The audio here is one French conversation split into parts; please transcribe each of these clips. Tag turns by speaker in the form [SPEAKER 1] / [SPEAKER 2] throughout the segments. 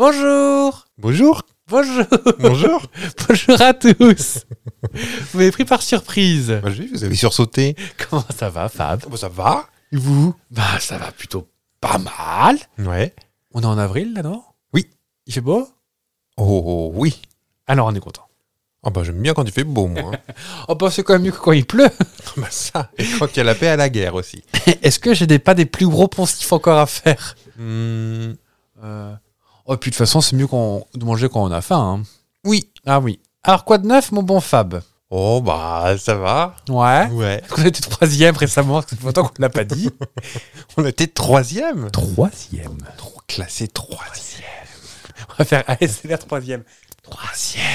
[SPEAKER 1] Bonjour
[SPEAKER 2] Bonjour.
[SPEAKER 1] Bonjour
[SPEAKER 2] Bonjour.
[SPEAKER 1] Bonjour à tous Vous m'avez pris par surprise
[SPEAKER 2] Bah, j'ai vu, vous avez sursauté.
[SPEAKER 1] Comment ça va, Fab
[SPEAKER 2] Bon, Bah, ça va. Et vous
[SPEAKER 1] Bah, ça va plutôt pas mal
[SPEAKER 2] Ouais.
[SPEAKER 1] On est en avril, là, non
[SPEAKER 2] Oui.
[SPEAKER 1] Il fait beau
[SPEAKER 2] Oh, oh, oui.
[SPEAKER 1] Alors, on est content.
[SPEAKER 2] Ah bah j'aime bien quand il fait beau, moi. hein.
[SPEAKER 1] Oh, bah, c'est quand même mieux que quand il pleut
[SPEAKER 2] Ah bah ça. Et quand il y a la paix à la guerre aussi.
[SPEAKER 1] Est-ce que j'ai des, pas des plus gros poncifs encore à faire
[SPEAKER 2] Hmm,
[SPEAKER 1] Euh, Oh, puis de toute façon, c'est mieux qu'on- de manger quand on a faim. hein.
[SPEAKER 2] oui.
[SPEAKER 1] Ah oui. Alors, quoi de neuf, mon bon Fab
[SPEAKER 2] Oh bah ça va.
[SPEAKER 1] Ouais.
[SPEAKER 2] Ouais.
[SPEAKER 1] Parce qu'on était troisième récemment, parce que c'est longtemps qu'on ne l'a pas dit.
[SPEAKER 2] On était troisième.
[SPEAKER 1] Troisième
[SPEAKER 2] Trop classé troisième.
[SPEAKER 1] On va faire ASMR troisième. Troisième.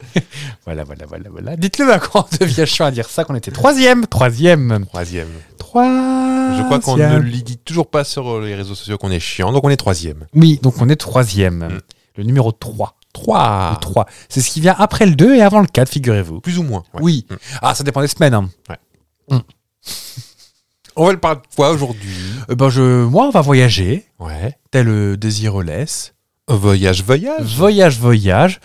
[SPEAKER 1] voilà, voilà, voilà, voilà. Dites-le à quand on devient chiant à dire ça, qu'on était troisième, troisième,
[SPEAKER 2] Troisième.
[SPEAKER 1] troisième.
[SPEAKER 2] Je crois qu'on ne le dit toujours pas sur euh, les réseaux sociaux qu'on est chiant, donc on est troisième.
[SPEAKER 1] Oui, donc on est troisième.
[SPEAKER 2] Mm.
[SPEAKER 1] Le numéro 3. 3.
[SPEAKER 2] Ah.
[SPEAKER 1] Le 3. C'est ce qui vient après le 2 et avant le 4, figurez-vous.
[SPEAKER 2] Plus ou moins. ouais.
[SPEAKER 1] Oui.
[SPEAKER 2] Mm.
[SPEAKER 1] Ah, ça dépend des semaines. hein.
[SPEAKER 2] On va le parler de quoi aujourd'hui
[SPEAKER 1] Euh, ben je, moi, on va voyager,
[SPEAKER 2] Ouais.
[SPEAKER 1] tel euh, Désiroless.
[SPEAKER 2] Voyage, voyage.
[SPEAKER 1] Voyage, voyage.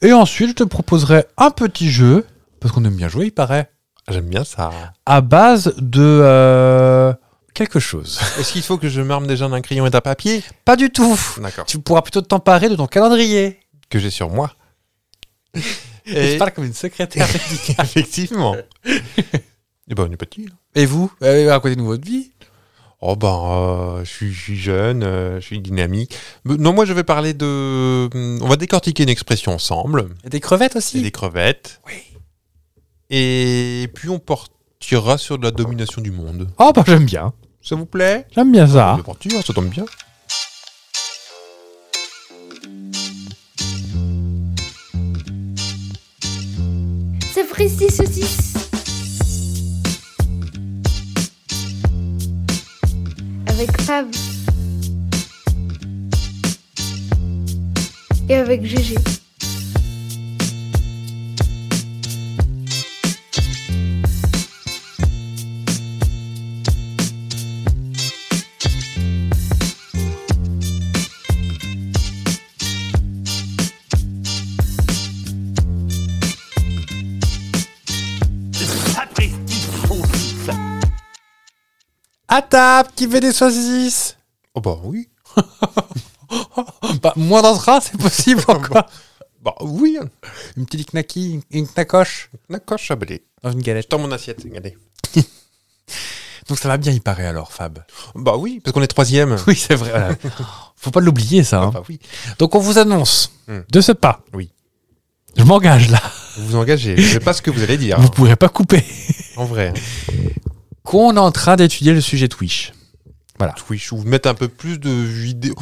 [SPEAKER 1] Et ensuite, je te proposerai un petit jeu, parce qu'on aime bien jouer, il paraît,
[SPEAKER 2] Ah, J'aime bien ça.
[SPEAKER 1] à base de euh, quelque chose.
[SPEAKER 2] Est-ce qu'il faut que je m'arme déjà d'un crayon et d'un papier
[SPEAKER 1] Pas du tout.
[SPEAKER 2] D'accord.
[SPEAKER 1] Tu pourras plutôt t'emparer de ton calendrier.
[SPEAKER 2] Que j'ai sur moi.
[SPEAKER 1] Et...
[SPEAKER 2] Et-
[SPEAKER 1] Je parle comme une secrétaire.
[SPEAKER 2] Effectivement. Eh ben, on est petit. là.
[SPEAKER 1] Et vous euh, À côté de votre vie
[SPEAKER 2] Oh ben, euh, je, suis, je suis jeune, euh, je suis dynamique. Mais non, moi, je vais parler de... hmm, On va décortiquer une expression ensemble.
[SPEAKER 1] Et des crevettes aussi
[SPEAKER 2] Et des crevettes.
[SPEAKER 1] Oui.
[SPEAKER 2] Et puis, on portira sur de la domination du monde.
[SPEAKER 1] Oh, bah j'aime bien.
[SPEAKER 2] Ça vous plaît
[SPEAKER 1] J'aime bien ça.
[SPEAKER 2] Le porture, ça tombe bien.
[SPEAKER 3] Ça précise saucisse. Avec Fab. Et avec GG.
[SPEAKER 1] À table, qui fait des saucisses
[SPEAKER 2] Oh ben, oui.
[SPEAKER 1] Bah, moins dans ce rat, c'est possible encore.
[SPEAKER 2] Bah oui,
[SPEAKER 1] une petite knacky, une knacoche
[SPEAKER 2] d'accord, chablé.
[SPEAKER 1] dans une galette.
[SPEAKER 2] Dans mon assiette, regardez.
[SPEAKER 1] Donc ça va bien, il paraît alors, Fab.
[SPEAKER 2] Bah oui, parce qu'on est troisième.
[SPEAKER 1] Oui, c'est vrai. voilà. Faut pas l'oublier, ça.
[SPEAKER 2] Ah
[SPEAKER 1] hein.
[SPEAKER 2] bah oui.
[SPEAKER 1] Donc on vous annonce
[SPEAKER 2] Hmm.
[SPEAKER 1] de ce pas.
[SPEAKER 2] Oui.
[SPEAKER 1] Je m'engage là.
[SPEAKER 2] Vous vous engagez. Je sais pas ce que vous allez dire,
[SPEAKER 1] Vous pourrez pas couper.
[SPEAKER 2] en vrai.
[SPEAKER 1] Qu'on est en train d'étudier le sujet Twitch.
[SPEAKER 2] Twitch ou mettre un peu plus de vidéos.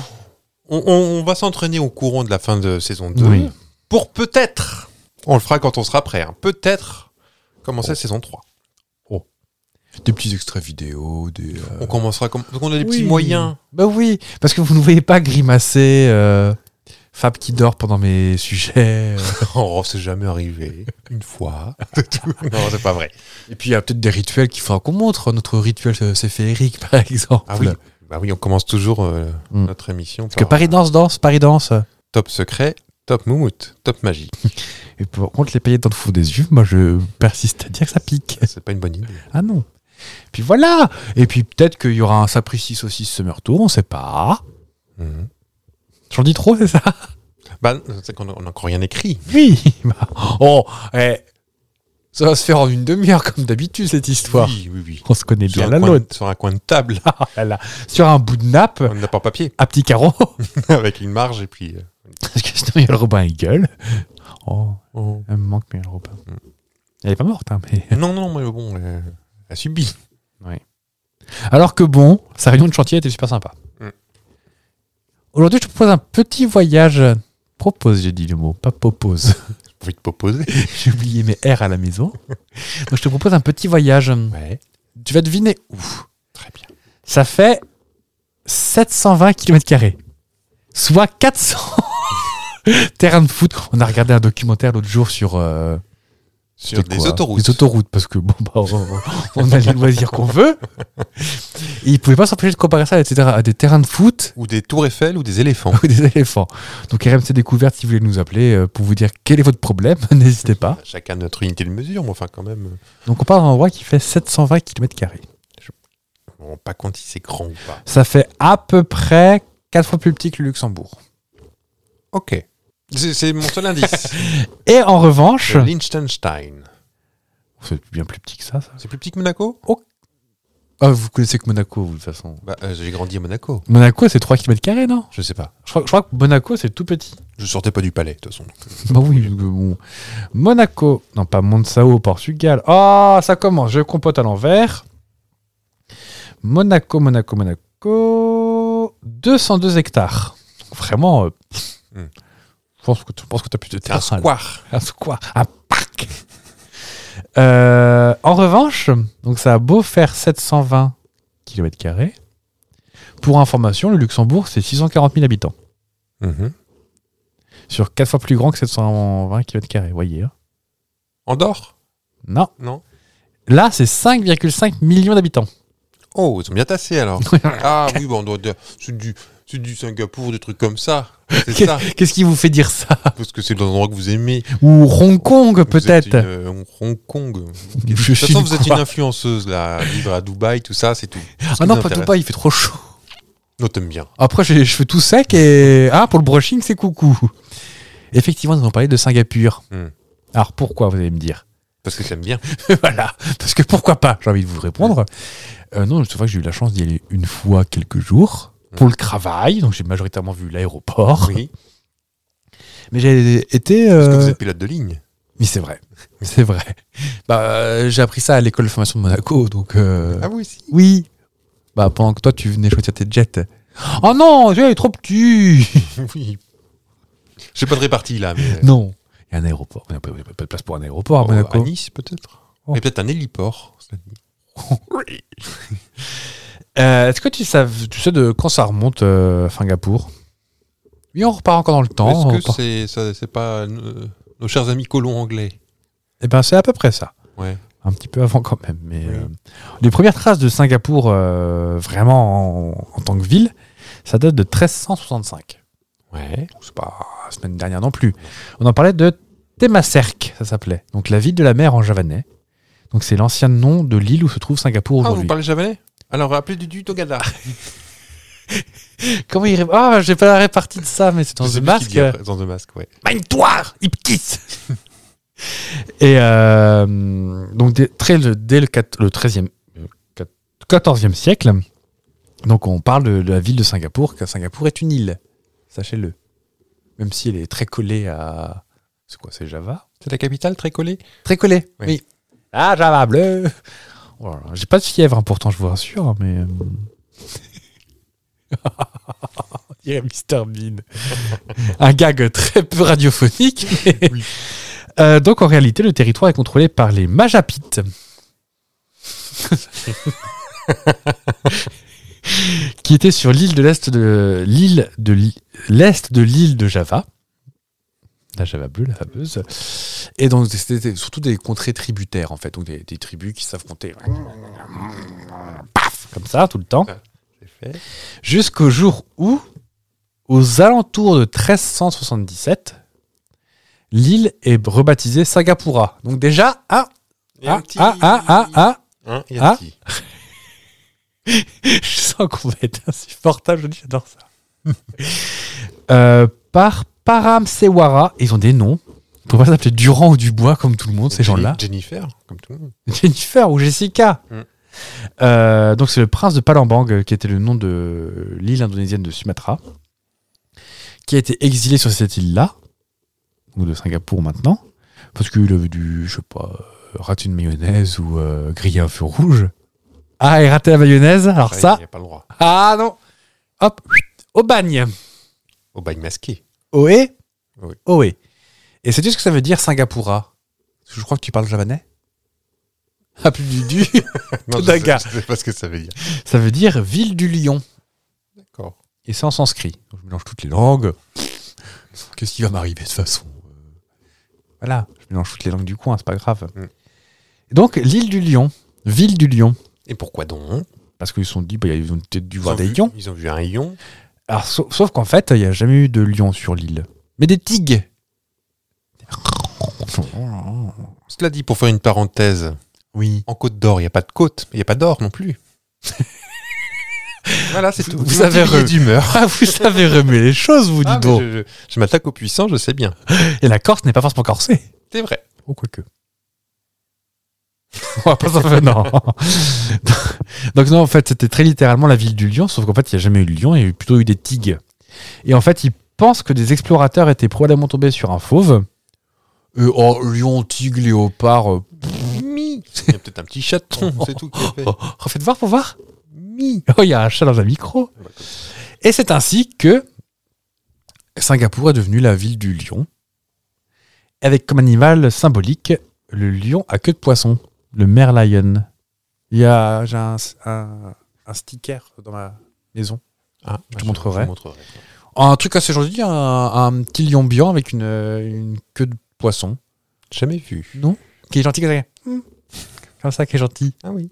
[SPEAKER 2] On, on- on va s'entraîner au courant de la fin de saison 2
[SPEAKER 1] Oui.
[SPEAKER 2] pour peut-être, on le fera quand on sera prêt, hein, peut-être commencer la saison 3.
[SPEAKER 1] Des petits extraits vidéo, des. euh,
[SPEAKER 2] On commencera comme. Donc on a des petits
[SPEAKER 1] Oui.
[SPEAKER 2] moyens.
[SPEAKER 1] Bah oui, parce que vous ne voyez pas grimacer euh, Fab qui dort pendant mes sujets. euh.
[SPEAKER 2] Oh, c'est jamais arrivé. Une fois. C'est tout. Non, c'est pas vrai.
[SPEAKER 1] Et puis il y a peut-être des rituels qu'il faudra qu'on montre. Notre rituel euh, c'est féerique, par exemple.
[SPEAKER 2] Ah oui. Bah oui, on commence toujours euh,
[SPEAKER 1] Mm.
[SPEAKER 2] notre émission
[SPEAKER 1] Parce que
[SPEAKER 2] par
[SPEAKER 1] Paris Danse danse, Paris Danse.
[SPEAKER 2] top secret, top moumoute, top magie.
[SPEAKER 1] Et par contre, les paillettes dans le fond des yeux, moi je persiste à dire que ça pique.
[SPEAKER 2] c'est pas une bonne idée.
[SPEAKER 1] Ah non. Puis voilà. Et puis peut-être qu'il y aura un sapristi saucisse summer tour, on sait pas.
[SPEAKER 2] Mhm.
[SPEAKER 1] J'en dis trop, c'est ça
[SPEAKER 2] Bah, c'est qu'on a- on n'a encore rien écrit.
[SPEAKER 1] Oui. Bah, oh, eh, ça va se faire en une demi-heure comme d'habitude cette histoire.
[SPEAKER 2] Oui, oui, oui.
[SPEAKER 1] On se connaît
[SPEAKER 2] Sur
[SPEAKER 1] bien
[SPEAKER 2] un,
[SPEAKER 1] la
[SPEAKER 2] coin,
[SPEAKER 1] l'autre.
[SPEAKER 2] de- sur un coin de table,
[SPEAKER 1] Ah là là. Sur un bout de nappe,
[SPEAKER 2] on n'a pas papier,
[SPEAKER 1] à petit carreau.
[SPEAKER 2] avec une marge et puis. euh,
[SPEAKER 1] Parce que sinon, il y a le Robin, il gueule. Oh,
[SPEAKER 2] on-
[SPEAKER 1] elle me manque, mais le Robin. Mm. Elle est pas morte, hein, mais.
[SPEAKER 2] Non, non, mais bon, euh, elle subit.
[SPEAKER 1] Alors que bon, sa réunion de chantier était super sympa.
[SPEAKER 2] Mm.
[SPEAKER 1] Aujourd'hui, je te propose un petit voyage. Propose, j'ai dit le mot, pas propose.
[SPEAKER 2] J'ai envie de proposer.
[SPEAKER 1] J'ai oublié mes R à la maison. Donc je te propose un petit voyage.
[SPEAKER 2] Ouais,
[SPEAKER 1] Tu vas deviner où.
[SPEAKER 2] très bien.
[SPEAKER 1] Ça fait 720 km, soit 400 terrains de foot. On a regardé un documentaire l'autre jour sur, euh,
[SPEAKER 2] Sur
[SPEAKER 1] C'était
[SPEAKER 2] des
[SPEAKER 1] quoi
[SPEAKER 2] autoroutes.
[SPEAKER 1] Des autoroutes, parce que bon, bah, on, on a les loisirs qu'on veut. Et ils pouvaient pas s'empêcher de comparer ça etc., à des terrains de foot
[SPEAKER 2] Ou des tours Eiffel ou des éléphants.
[SPEAKER 1] ou des éléphants. Donc RMC Découverte, si vous voulez nous appeler euh, pour vous dire quel est votre problème, n'hésitez pas.
[SPEAKER 2] Chacun notre unité de mesure, mais enfin quand même, euh,
[SPEAKER 1] Donc on part d'un endroit qui fait 720 km.
[SPEAKER 2] on rend pas compte si c'est grand ou pas.
[SPEAKER 1] Ça fait à peu près 4 fois plus petit que le Luxembourg.
[SPEAKER 2] Ok. C'est c'est mon seul indice.
[SPEAKER 1] Et en revanche. Oh,
[SPEAKER 2] Le Liechtenstein.
[SPEAKER 1] C'est bien plus petit que ça, ça.
[SPEAKER 2] C'est plus petit que Monaco
[SPEAKER 1] Ah, vous connaissez que Monaco, vous, de toute façon.
[SPEAKER 2] Bah, euh, j'ai grandi à Monaco.
[SPEAKER 1] Monaco, c'est 3 km, non
[SPEAKER 2] Je sais pas.
[SPEAKER 1] je crois, je crois que Monaco, c'est tout petit.
[SPEAKER 2] Je sortais pas du palais, de toute façon.
[SPEAKER 1] Bah oui, parce que bon. Monaco, non pas Monsao au Portugal. Ah, ça commence, je compote à l'envers. Monaco, Monaco, Monaco. 202 hectares. Vraiment, euh, pff,
[SPEAKER 2] Hmm.
[SPEAKER 1] je pense que tu penses que as plus de
[SPEAKER 2] C'est un
[SPEAKER 1] terrain. là.
[SPEAKER 2] square.
[SPEAKER 1] Un square, un parc. Euh, en revanche, donc ça a beau faire 720 km. Pour information, le Luxembourg, c'est 640 000 habitants
[SPEAKER 2] Mhm.
[SPEAKER 1] sur 4 fois plus grand que 720 km, voyez. hein.
[SPEAKER 2] Andorre
[SPEAKER 1] Non.
[SPEAKER 2] Non.
[SPEAKER 1] Là, c'est 5,5 millions d'habitants.
[SPEAKER 2] Oh, ils sont bien tassés alors. ah oui, bon, on doit dire, c'est du, c'est du Singapour, des trucs comme ça. C'est ça,
[SPEAKER 1] Qu'est- Qu'est-ce qui vous fait dire ça
[SPEAKER 2] parce que c'est l'endroit que vous aimez.
[SPEAKER 1] Ou Hong Kong,
[SPEAKER 2] Vous êtes
[SPEAKER 1] peut-être
[SPEAKER 2] une, euh, Hong Kong.
[SPEAKER 1] Je
[SPEAKER 2] de toute
[SPEAKER 1] suis
[SPEAKER 2] façon, vous êtes
[SPEAKER 1] quoi
[SPEAKER 2] une influenceuse, là. Vivre à Dubaï, tout ça, c'est tout. Ce
[SPEAKER 1] Ah
[SPEAKER 2] qui
[SPEAKER 1] non, pas
[SPEAKER 2] nous
[SPEAKER 1] tout
[SPEAKER 2] intéresse.
[SPEAKER 1] pas, il fait trop chaud.
[SPEAKER 2] Non, t'aimes bien.
[SPEAKER 1] Après, j'ai les cheveux tout secs et. Ah, pour le brushing, c'est coucou. Effectivement, nous avons parlé de Singapour.
[SPEAKER 2] Hmm.
[SPEAKER 1] Alors pourquoi, vous allez me dire
[SPEAKER 2] Parce que t'aimes bien.
[SPEAKER 1] Voilà, parce que pourquoi pas J'ai envie de vous répondre. Euh, non, c'est vrai que j'ai eu la chance d'y aller une fois quelques jours pour le travail, donc j'ai majoritairement vu l'aéroport.
[SPEAKER 2] Oui.
[SPEAKER 1] Mais j'ai été.
[SPEAKER 2] Parce que
[SPEAKER 1] Ah, euh,
[SPEAKER 2] vous êtes pilote de ligne.
[SPEAKER 1] Mais c'est vrai. C'est vrai. Bah, euh, j'ai appris ça à l'école de formation de Monaco, donc. euh,
[SPEAKER 2] Ah oui, si.
[SPEAKER 1] Oui. Bah, pendant que toi, tu venais choisir tes jets. Oh non, il est trop petit
[SPEAKER 2] oui. J'ai pas de répartie, là. Mais... euh,
[SPEAKER 1] Non. Il y a un aéroport. Il n'y a pas il y a pas de place pour un aéroport à
[SPEAKER 2] Oh, à
[SPEAKER 1] Monaco.
[SPEAKER 2] Nice, peut-être.
[SPEAKER 1] Oh.
[SPEAKER 2] Et peut-être un héliport. cela dit.
[SPEAKER 1] Euh, Est-ce que tu, sav- tu sais de quand ça remonte, euh, Singapour Oui, on repart encore dans le temps. on
[SPEAKER 2] Est-ce que
[SPEAKER 1] repart-
[SPEAKER 2] c'est, ça- c'est pas euh, nos chers amis colons anglais
[SPEAKER 1] Eh ben, c'est à peu près ça.
[SPEAKER 2] Ouais. Ah,
[SPEAKER 1] Un petit peu avant quand même. Mais
[SPEAKER 2] Oui.
[SPEAKER 1] euh, les premières traces de Singapour, euh, vraiment en, en tant que ville, ça date de 1365.
[SPEAKER 2] Ouais.
[SPEAKER 1] C'est pas la semaine dernière non plus. On en parlait de Temaserk, ça s'appelait. Donc la ville de la mer en javanais. Donc c'est l'ancien nom de l'île où se trouve Singapour
[SPEAKER 2] Ah, vous
[SPEAKER 1] aujourd'hui. Ah,
[SPEAKER 2] parlez javanais Alors, appelez du du Togada.
[SPEAKER 1] Comment il ré- Ah, j'ai pas la répartie de ça, mais c'est dans
[SPEAKER 2] Je sais
[SPEAKER 1] The
[SPEAKER 2] plus qui
[SPEAKER 1] Mask.
[SPEAKER 2] dit après, Dans The Mask, ouais.
[SPEAKER 1] Magne-toi, Ipkiss Et euh, donc, dès, très- dès le, quat- le 13e, euh, quat- 14e siècle, donc on parle de, de la ville de Singapour, car Singapour est une île, sachez-le. Même si elle est très collée à. C'est quoi, c'est Java
[SPEAKER 2] C'est la capitale, très collée
[SPEAKER 1] Très collée,
[SPEAKER 2] Oui.
[SPEAKER 1] oui. Ah, Java bleu Oh là là, J'ai pas de fièvre, hein, pourtant, je vous rassure, hein, mais. euh, On dirait Mr Bean. Un gag très peu radiophonique. mais-
[SPEAKER 2] Oui.
[SPEAKER 1] Euh, donc en réalité, le territoire est contrôlé par les Majapites. qui étaient sur l'île de l'est de l'île de l'île- l'est de l'île de Java. La Java bleue, la fameuse. Et donc c'était surtout des contrées tributaires en fait, donc des, des tribus qui s'affrontaient. Paf Comme ça tout le temps
[SPEAKER 2] C'est fait.
[SPEAKER 1] jusqu'au jour où, aux alentours de 1377, l'île est rebaptisée Sagapura. Donc déjà, ah,
[SPEAKER 2] Et un
[SPEAKER 1] ah,
[SPEAKER 2] petit-
[SPEAKER 1] ah, ah, ah, ah,
[SPEAKER 2] Hein, et un
[SPEAKER 1] Ah.
[SPEAKER 2] petit.
[SPEAKER 1] je sens qu'on va être insupportable, je dis, j'adore ça. Euh, par Paramsewara, ils ont des noms. Ils ne peuvent pas s'appeler Durand ou Dubois comme tout le monde, ces
[SPEAKER 2] Jenny-
[SPEAKER 1] gens-là.
[SPEAKER 2] Jennifer, comme tout le monde.
[SPEAKER 1] Jennifer ou Jessica.
[SPEAKER 2] Mm.
[SPEAKER 1] Euh, donc c'est le prince de Palembang, euh, qui était le nom de euh, l'île indonésienne de Sumatra, qui a été exilé sur cette île-là, ou de Singapour maintenant, parce qu'il avait dû, je sais pas, euh, rater une mayonnaise ou euh, griller un feu rouge. Ah, et rater la mayonnaise, alors ça,
[SPEAKER 2] Il n'y a pas le droit.
[SPEAKER 1] ah non, hop, au bagne,
[SPEAKER 2] Au bail masqué.
[SPEAKER 1] ohé,
[SPEAKER 2] Oui.
[SPEAKER 1] ohé. Et sais-tu ce que ça veut dire Singapoura Parce que Je crois que tu parles javanais. Ah, plus du du.
[SPEAKER 2] Non, je
[SPEAKER 1] Todaga.
[SPEAKER 2] sais- je sais pas ce que ça veut dire.
[SPEAKER 1] Ça veut dire ville du lion.
[SPEAKER 2] D'accord.
[SPEAKER 1] Et c'est en sanskrit. Donc, je mélange toutes les langues. Qu'est-ce qui va m'arriver de toute façon euh, Voilà, je mélange toutes les langues du coin, c'est pas grave.
[SPEAKER 2] Mm.
[SPEAKER 1] Donc, l'île du Lion, ville du Lion,
[SPEAKER 2] Et pourquoi donc
[SPEAKER 1] parce qu'ils se sont dit, bah, ils ont peut-être dû
[SPEAKER 2] Ils
[SPEAKER 1] voir
[SPEAKER 2] ont
[SPEAKER 1] des
[SPEAKER 2] vu-
[SPEAKER 1] lions.
[SPEAKER 2] Ils ont vu un lion.
[SPEAKER 1] Alors, sauf, sauf qu'en fait, il n'y a jamais eu de lion sur l'île. Mais des tigres.
[SPEAKER 2] Cela dit, pour faire une parenthèse,
[SPEAKER 1] Oui.
[SPEAKER 2] en Côte d'Or, il n'y a pas de côte, il n'y a pas d'or non plus. voilà, c'est
[SPEAKER 1] Vous-
[SPEAKER 2] tout.
[SPEAKER 1] vous
[SPEAKER 2] Vous
[SPEAKER 1] avez
[SPEAKER 2] avez
[SPEAKER 1] re-
[SPEAKER 2] d'humeur.
[SPEAKER 1] Ah, vous savez remuer les choses, vous,
[SPEAKER 2] Ah,
[SPEAKER 1] dites
[SPEAKER 2] mais
[SPEAKER 1] donc.
[SPEAKER 2] je, je- je m'attaque aux puissants, je sais bien.
[SPEAKER 1] Et la Corse n'est pas forcément corsée.
[SPEAKER 2] C'est vrai.
[SPEAKER 1] Oh, quoique. On va pas s'en faire, non. Donc, non, en fait, c'était très littéralement la ville du lion, sauf qu'en fait, il n'y a jamais eu de lion, il y a eu plutôt eu des tigres. Et en fait, ils pensent que des explorateurs étaient probablement tombés sur un fauve. Euh, oh, lion, tigre, léopard. euh,
[SPEAKER 2] Mi. Il y a peut-être un petit chaton, c'est tout. qui est fait.
[SPEAKER 1] oh, refaites voir pour voir.
[SPEAKER 2] Mi.
[SPEAKER 1] Oh, il y a un chat dans un micro. Et c'est ainsi que Singapour est devenue la ville du lion, avec comme animal symbolique le lion à queue de poisson, le merlion. Il y a, j'ai un, un- un sticker dans ma maison.
[SPEAKER 2] Ah,
[SPEAKER 1] Je te montrerai.
[SPEAKER 2] je te montrerai.
[SPEAKER 1] Un truc assez joli, un, un petit lion blanc avec une, euh, une queue de poisson,
[SPEAKER 2] Jamais vu.
[SPEAKER 1] qui est gentil comme ça. Hum. Comme ça, qui est gentil. Mm.
[SPEAKER 2] Ah oui.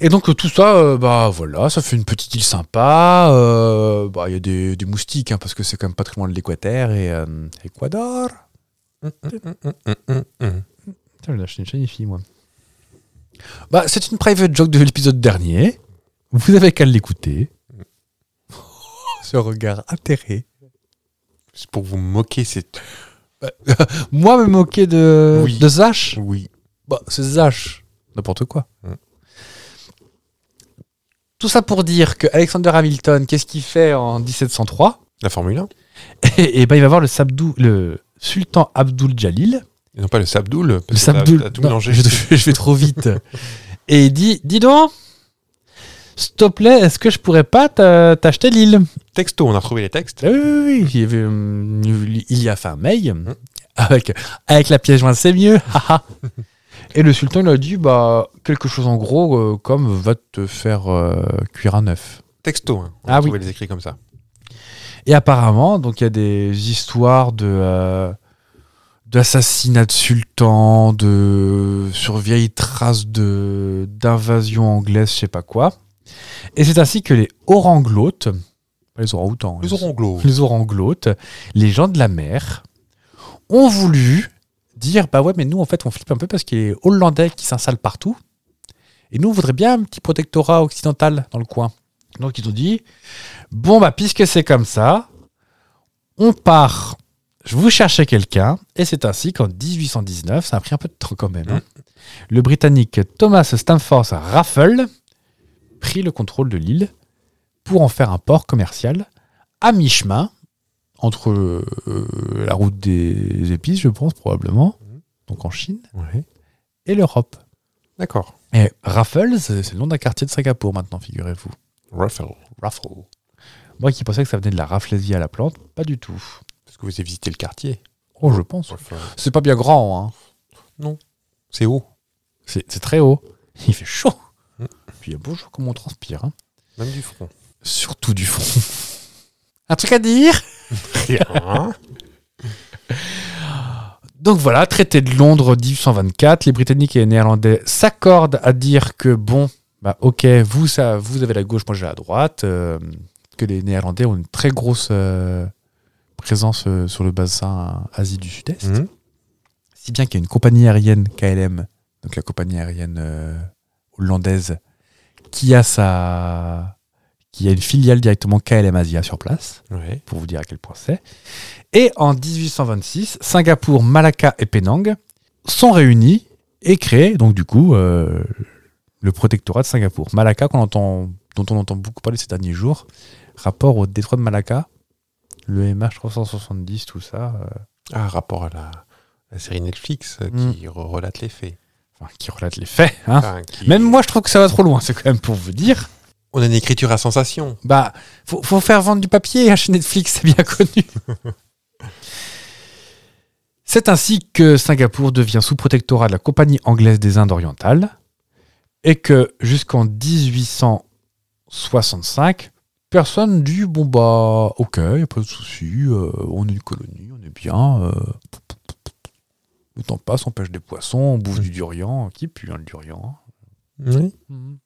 [SPEAKER 1] Et donc euh, tout ça, euh, bah voilà, ça fait une petite île sympa. euh, bah il y a des, des moustiques hein, parce que c'est quand même pas très loin de l'Équateur et euh, Équador.
[SPEAKER 2] Hum,
[SPEAKER 1] Putain, j'ai acheté une chaîne IFI, moi. Bah c'est une private joke de l'épisode dernier. Vous avez qu'à l'écouter. Ce regard atterré.
[SPEAKER 2] C'est pour vous moquer, c'est tout.
[SPEAKER 1] Moi me moquer de
[SPEAKER 2] Oui.
[SPEAKER 1] de Zach.
[SPEAKER 2] Oui.
[SPEAKER 1] Bah c'est Zach. N'importe quoi.
[SPEAKER 2] Mm.
[SPEAKER 1] Tout ça pour dire que Alexander Hamilton, qu'est-ce qu'il fait en 1703
[SPEAKER 2] La Formule 1
[SPEAKER 1] et, et ben il va voir le, Sabdou- le sultan Abdul Jalil.
[SPEAKER 2] Et non pas le Sabdoul.
[SPEAKER 1] Le
[SPEAKER 2] parce que t'as-
[SPEAKER 1] Sabdoul-
[SPEAKER 2] t'as tout
[SPEAKER 1] non,
[SPEAKER 2] mélangé.
[SPEAKER 1] Je, je vais trop vite. et il dit Dis donc, s'il te plaît, est-ce que je pourrais pas t'a- t'acheter l'île
[SPEAKER 2] Texto, on a retrouvé les textes.
[SPEAKER 1] Ah Oui, oui, oui. Il y, avait, hum, il y a fin mail. Avec, avec la pièce jointe, c'est mieux. haha. et le sultan, il a dit Bah, quelque chose en gros, euh, comme va te faire euh, cuire un œuf.
[SPEAKER 2] Texto, hein. on
[SPEAKER 1] Ah
[SPEAKER 2] a
[SPEAKER 1] oui.
[SPEAKER 2] retrouvé les écrits comme ça.
[SPEAKER 1] Et apparemment, donc il y a des histoires de euh, d'assassinats de sultans, de sur vieilles traces de d'invasion anglaise, je sais pas quoi. Et c'est ainsi que les bah, oranglotes, pas les orang-outans,
[SPEAKER 2] Les oranglos.
[SPEAKER 1] les oranglotes, les gens de la mer, ont voulu dire bah ouais, mais nous en fait on flippe un peu parce qu'il y a les Hollandais qui s'installent partout. Et nous on voudrait bien un petit protectorat occidental dans le coin. Donc ils ont dit bon bah puisque c'est comme ça, on part. Je vous cherchais quelqu'un, et c'est ainsi qu'en 1819, ça a pris un peu de temps quand même, hein, le Britannique Thomas Stamford Raffle prit le contrôle de l'île pour en faire un port commercial à mi-chemin entre euh, la route des épices, je pense, probablement,
[SPEAKER 2] Mhm.
[SPEAKER 1] donc en Chine,
[SPEAKER 2] Ouais.
[SPEAKER 1] et l'Europe.
[SPEAKER 2] D'accord.
[SPEAKER 1] Et Raffles, c'est c'est le nom d'un quartier de Singapour maintenant, figurez-vous.
[SPEAKER 2] Raffle.
[SPEAKER 1] Raffle. Moi qui pensais que ça venait de la rafflesie à la plante, pas du tout.
[SPEAKER 2] Parce que vous avez visité le quartier.
[SPEAKER 1] Oh, je pense.
[SPEAKER 2] Raffle.
[SPEAKER 1] C'est pas bien grand, hein.
[SPEAKER 2] C'est haut.
[SPEAKER 1] C'est c'est très haut. Il fait chaud.
[SPEAKER 2] Mhm.
[SPEAKER 1] Puis il y a beau jour comme on transpire. hein.
[SPEAKER 2] Même du front.
[SPEAKER 1] Surtout du front. Un truc à dire
[SPEAKER 2] Rien.
[SPEAKER 1] Donc voilà, traité de Londres 1824, les Britanniques et les Néerlandais s'accordent à dire que bon, bah ok, vous ça, vous avez la gauche, moi j'ai la droite, euh, que les Néerlandais ont une très grosse euh, présence euh, sur le bassin Asie du Sud-Est,
[SPEAKER 2] Mhm.
[SPEAKER 1] si bien qu'il y a une compagnie aérienne KLM, donc la compagnie aérienne euh, hollandaise, qui a sa, qui a une filiale directement KLM Asia sur place
[SPEAKER 2] Ouais.
[SPEAKER 1] pour vous dire à quel point c'est. Et en 1826, Singapour, Malacca et Penang sont réunis et créent donc du coup euh, le protectorat de Singapour. Malacca, qu'on entend, dont on entend beaucoup parler ces derniers jours, rapport au détroit de Malacca, le MH370, tout ça, euh,
[SPEAKER 2] Ah, rapport à la, la série Netflix euh,
[SPEAKER 1] Mm.
[SPEAKER 2] qui re- relate les faits.
[SPEAKER 1] enfin, qui relate les faits. hein.
[SPEAKER 2] Enfin, qui-
[SPEAKER 1] Même moi, je trouve que ça va trop loin, c'est quand même pour vous dire.
[SPEAKER 2] On a une écriture à sensation.
[SPEAKER 1] Bah, faut, faut faire vendre du papier hein, chez Netflix, c'est bien connu. c'est ainsi que Singapour devient sous protectorat de la Compagnie anglaise des Indes orientales et que jusqu'en 1865, personne dit bon bah ok, y a pas de souci, euh, on est une colonie, on est bien, euh, Le temps passe, on pêche des poissons, on bouffe du durian. Qui pue hein, le durian hein
[SPEAKER 2] Oui.
[SPEAKER 1] Mhm.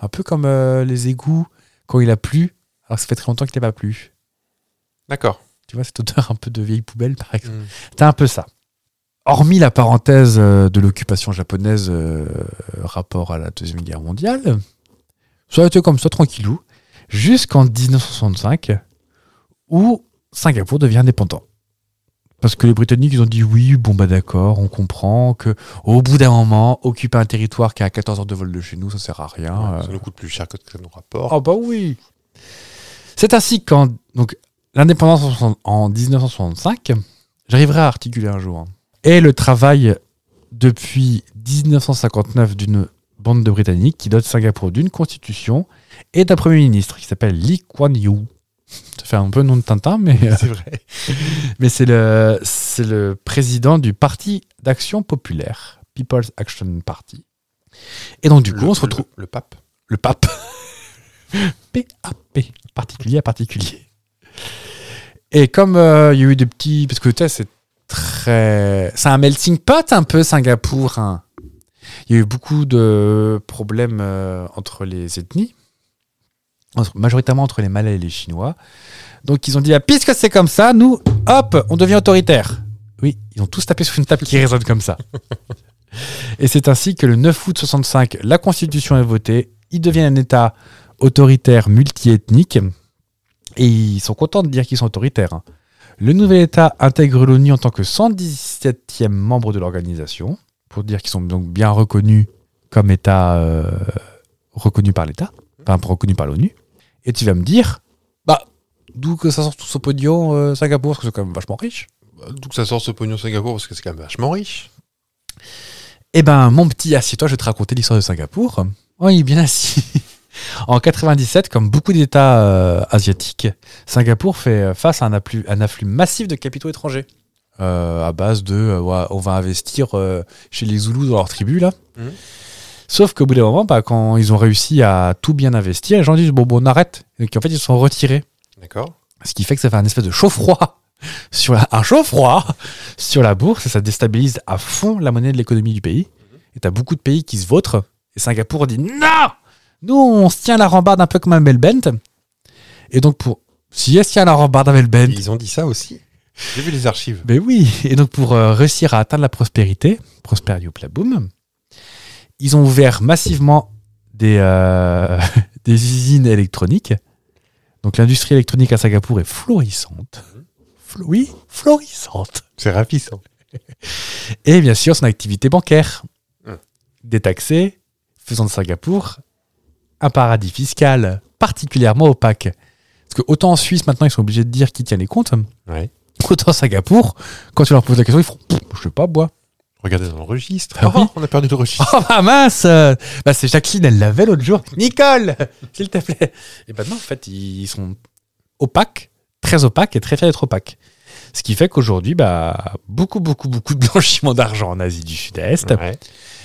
[SPEAKER 1] Un peu comme euh, les égouts quand il a plu, alors que ça fait très longtemps qu'il n'a pas plu.
[SPEAKER 2] D'accord.
[SPEAKER 1] Tu vois, cette odeur un peu de vieille poubelle, par exemple.
[SPEAKER 2] Mm.
[SPEAKER 1] T'as un peu ça. Hormis la parenthèse euh, de l'occupation japonaise euh, rapport à la Deuxième Guerre mondiale, ça a été comme ça, tranquillou, jusqu'en 1965, où Singapour devient indépendant. Parce que les Britanniques, ils ont dit oui, bon bah d'accord, on comprend que au bout d'un moment, occuper un territoire qui est à 14 heures de vol de chez nous, ça sert à rien. euh,
[SPEAKER 2] Ça nous coûte plus cher que ce que ça nous rapporte.
[SPEAKER 1] ah bah oui. C'est ainsi qu'en donc l'indépendance en soixante- en 1965, j'arriverai à articuler un jour. hein, et le travail depuis 1959 d'une bande de Britanniques qui dote Singapour d'une constitution et d'un premier ministre qui s'appelle Lee Kuan Yew. Ça fait un peu nom de Tintin, mais euh,
[SPEAKER 2] Oh, C'est vrai.
[SPEAKER 1] mais c'est le, c'est le président du Parti d'action populaire, People's Action Party. Et donc, du coup,
[SPEAKER 2] Le-
[SPEAKER 1] on se retrouve.
[SPEAKER 2] Le, le pape.
[SPEAKER 1] Le pape. PAP, particulier à particulier. Et comme euh, il y a eu des petits. Parce que tu sais, c'est très. C'est un melting pot un peu, Singapour. hein. Il y a eu beaucoup de problèmes euh, entre les ethnies, entre- majoritairement entre les Malais et les Chinois. Donc ils ont dit ah, puisque c'est comme ça, nous, hop, on devient autoritaire. Oui, ils ont tous tapé sur une table qui résonne comme ça. Et c'est ainsi que le 9 août 65, la Constitution est votée. Ils deviennent un État autoritaire multiethnique. Et ils sont contents de dire qu'ils sont autoritaires. hein. Le nouvel État intègre l'ONU en tant que 117e membre de l'organisation, pour dire qu'ils sont donc bien reconnus comme État euh, reconnu par l'État, enfin reconnu par l'ONU. Et tu vas me dire, bah, d'où que ça sort tout ce podium euh, Singapour, parce que c'est quand même vachement riche.
[SPEAKER 2] Bah, D'où que ça sort ce pognon Singapour parce que c'est quand même vachement riche.
[SPEAKER 1] Eh ben, mon petit assieds-toi, je vais te raconter l'histoire de Singapour. Oui, bien assis. En 97, comme beaucoup d'États euh, asiatiques, Singapour fait euh, face à un afflux, un afflux massif de capitaux étrangers. Euh, à base de euh, ouais, on va investir euh, chez les Zoulous dans leur tribu là.
[SPEAKER 2] Mhm.
[SPEAKER 1] Sauf qu'au bout d'un moment, bah, quand ils ont réussi à tout bien investir, les gens disent bon, bon on arrête. Donc en fait, ils se sont retirés.
[SPEAKER 2] D'accord.
[SPEAKER 1] Ce qui fait que ça fait un espèce de chaud-froid sur la, un chaud-froid sur la bourse et ça déstabilise à fond la monnaie de l'économie du pays. Et t'as beaucoup de pays qui se vautrent et Singapour dit non, nous on se tient à la rambarde un peu comme un Melbent. Et donc pour si elle se tient à la rambarde un
[SPEAKER 2] Et
[SPEAKER 1] Melbent,
[SPEAKER 2] ils ont dit ça aussi. J'ai vu les archives.
[SPEAKER 1] mais Ben oui, et donc pour euh, réussir à atteindre la prospérité, Prosperio Plaboum, ils ont ouvert massivement des, euh, des usines électroniques. Donc l'industrie électronique à Singapour est florissante. Flo- oui, florissante.
[SPEAKER 2] C'est ravissant.
[SPEAKER 1] Et bien sûr, son activité bancaire,
[SPEAKER 2] Hum.
[SPEAKER 1] détaxée, faisant de Singapour un paradis fiscal particulièrement opaque. Parce que autant en Suisse, maintenant, ils sont obligés de dire qui tient les comptes,
[SPEAKER 2] Ouais.
[SPEAKER 1] autant à Singapour, quand tu leur poses la question, ils font Pff, Je sais pas, bois.
[SPEAKER 2] Regardez dans le registre.
[SPEAKER 1] Ah oui.
[SPEAKER 2] Oh, on a perdu le registre.
[SPEAKER 1] Oh bah mince euh, bah C'est Jacqueline, elle l'avait l'autre jour. Nicole S'il te plaît Et maintenant, en fait, ils sont opaques, très opaques et très fiers d'être opaques. Ce qui fait qu'aujourd'hui, bah, beaucoup, beaucoup, beaucoup de blanchiment d'argent en Asie du Sud-Est,
[SPEAKER 2] Ouais.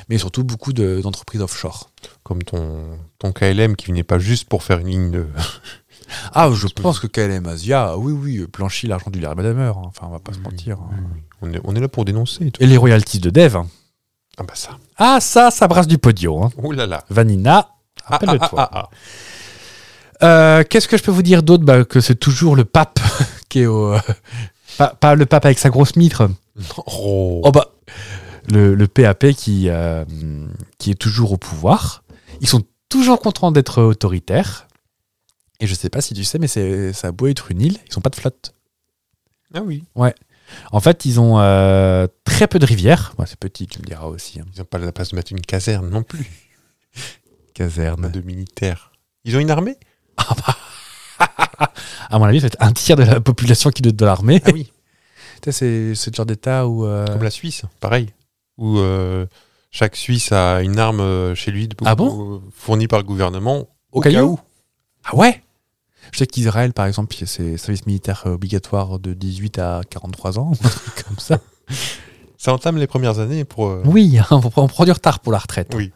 [SPEAKER 1] mais surtout beaucoup de- d'entreprises offshore.
[SPEAKER 2] Comme ton, ton KLM qui venait pas juste pour faire une ligne de.
[SPEAKER 1] Ah, je pense que KLM Asia, ah oui, oui, blanchit l'argent du Madame Enfin, on va pas se
[SPEAKER 2] Oui,
[SPEAKER 1] mentir. hein.
[SPEAKER 2] On est, on est là pour dénoncer et tout.
[SPEAKER 1] Et les royalties de dev. hein.
[SPEAKER 2] Ah bah ça.
[SPEAKER 1] Ah, ça, ça brasse du podio. hein.
[SPEAKER 2] Oh là là.
[SPEAKER 1] Vanina,
[SPEAKER 2] Ah,
[SPEAKER 1] rappelle-toi.
[SPEAKER 2] ah, ah, ah.
[SPEAKER 1] Euh, qu'est-ce que je peux vous dire d'autre bah, Que c'est toujours le pape qui est au. euh, pas, pas le pape avec sa grosse mitre.
[SPEAKER 2] Oh.
[SPEAKER 1] Oh bah Le, le PAP qui, euh, qui est toujours au pouvoir. Ils sont toujours contents d'être autoritaires. Et je sais pas si tu sais, mais c'est, ça a beau être une île, ils ont pas de flotte.
[SPEAKER 2] Ah oui.
[SPEAKER 1] En fait, ils ont euh, très peu de rivières. Ouais, c'est petit, tu me diras aussi. hein.
[SPEAKER 2] Ils n'ont pas la place de mettre une caserne non plus.
[SPEAKER 1] Caserne.
[SPEAKER 2] De militaires. Ils ont une armée
[SPEAKER 1] À mon avis, ça va être un tiers de la population qui doit être de l'armée.
[SPEAKER 2] Ah oui.
[SPEAKER 1] Putain, C'est, c'est le genre d'État où. euh,
[SPEAKER 2] Comme la Suisse, pareil. Où euh, chaque Suisse a une arme euh, chez lui de-
[SPEAKER 1] Ah bon
[SPEAKER 2] euh, fournie par le gouvernement.
[SPEAKER 1] Au cas où. Ah ouais Je sais qu'Israël, par exemple, c'est service militaire obligatoire euh, de 18 à 43 ans, un truc comme ça.
[SPEAKER 2] Ça entame les premières années pour. euh,
[SPEAKER 1] Oui, hein, on, prend, on prend du retard pour la retraite.
[SPEAKER 2] Oui.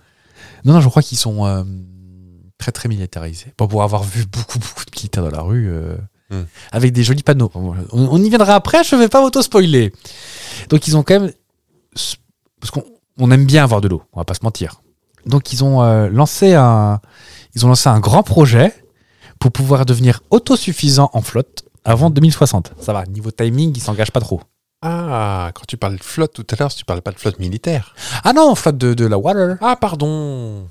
[SPEAKER 1] Non, non, je crois qu'ils sont euh, très, très militarisés. Bon, pour avoir vu beaucoup, beaucoup de militaires dans la rue, euh,
[SPEAKER 2] Hmm.
[SPEAKER 1] avec des jolis panneaux. On, on y viendra après, je ne vais pas m'auto-spoiler. Donc, ils ont quand même s- parce qu'on on aime bien avoir de l'eau, on va pas se mentir. Donc ils ont euh, lancé un ils ont lancé un grand projet pour pouvoir devenir autosuffisant en flotte avant 2060. Ça va, niveau timing, ils s'engagent pas trop.
[SPEAKER 2] Ah, quand tu parles de flotte tout à l'heure, tu parlais pas de flotte militaire.
[SPEAKER 1] Ah non, flotte de, de la water.
[SPEAKER 2] Ah, pardon.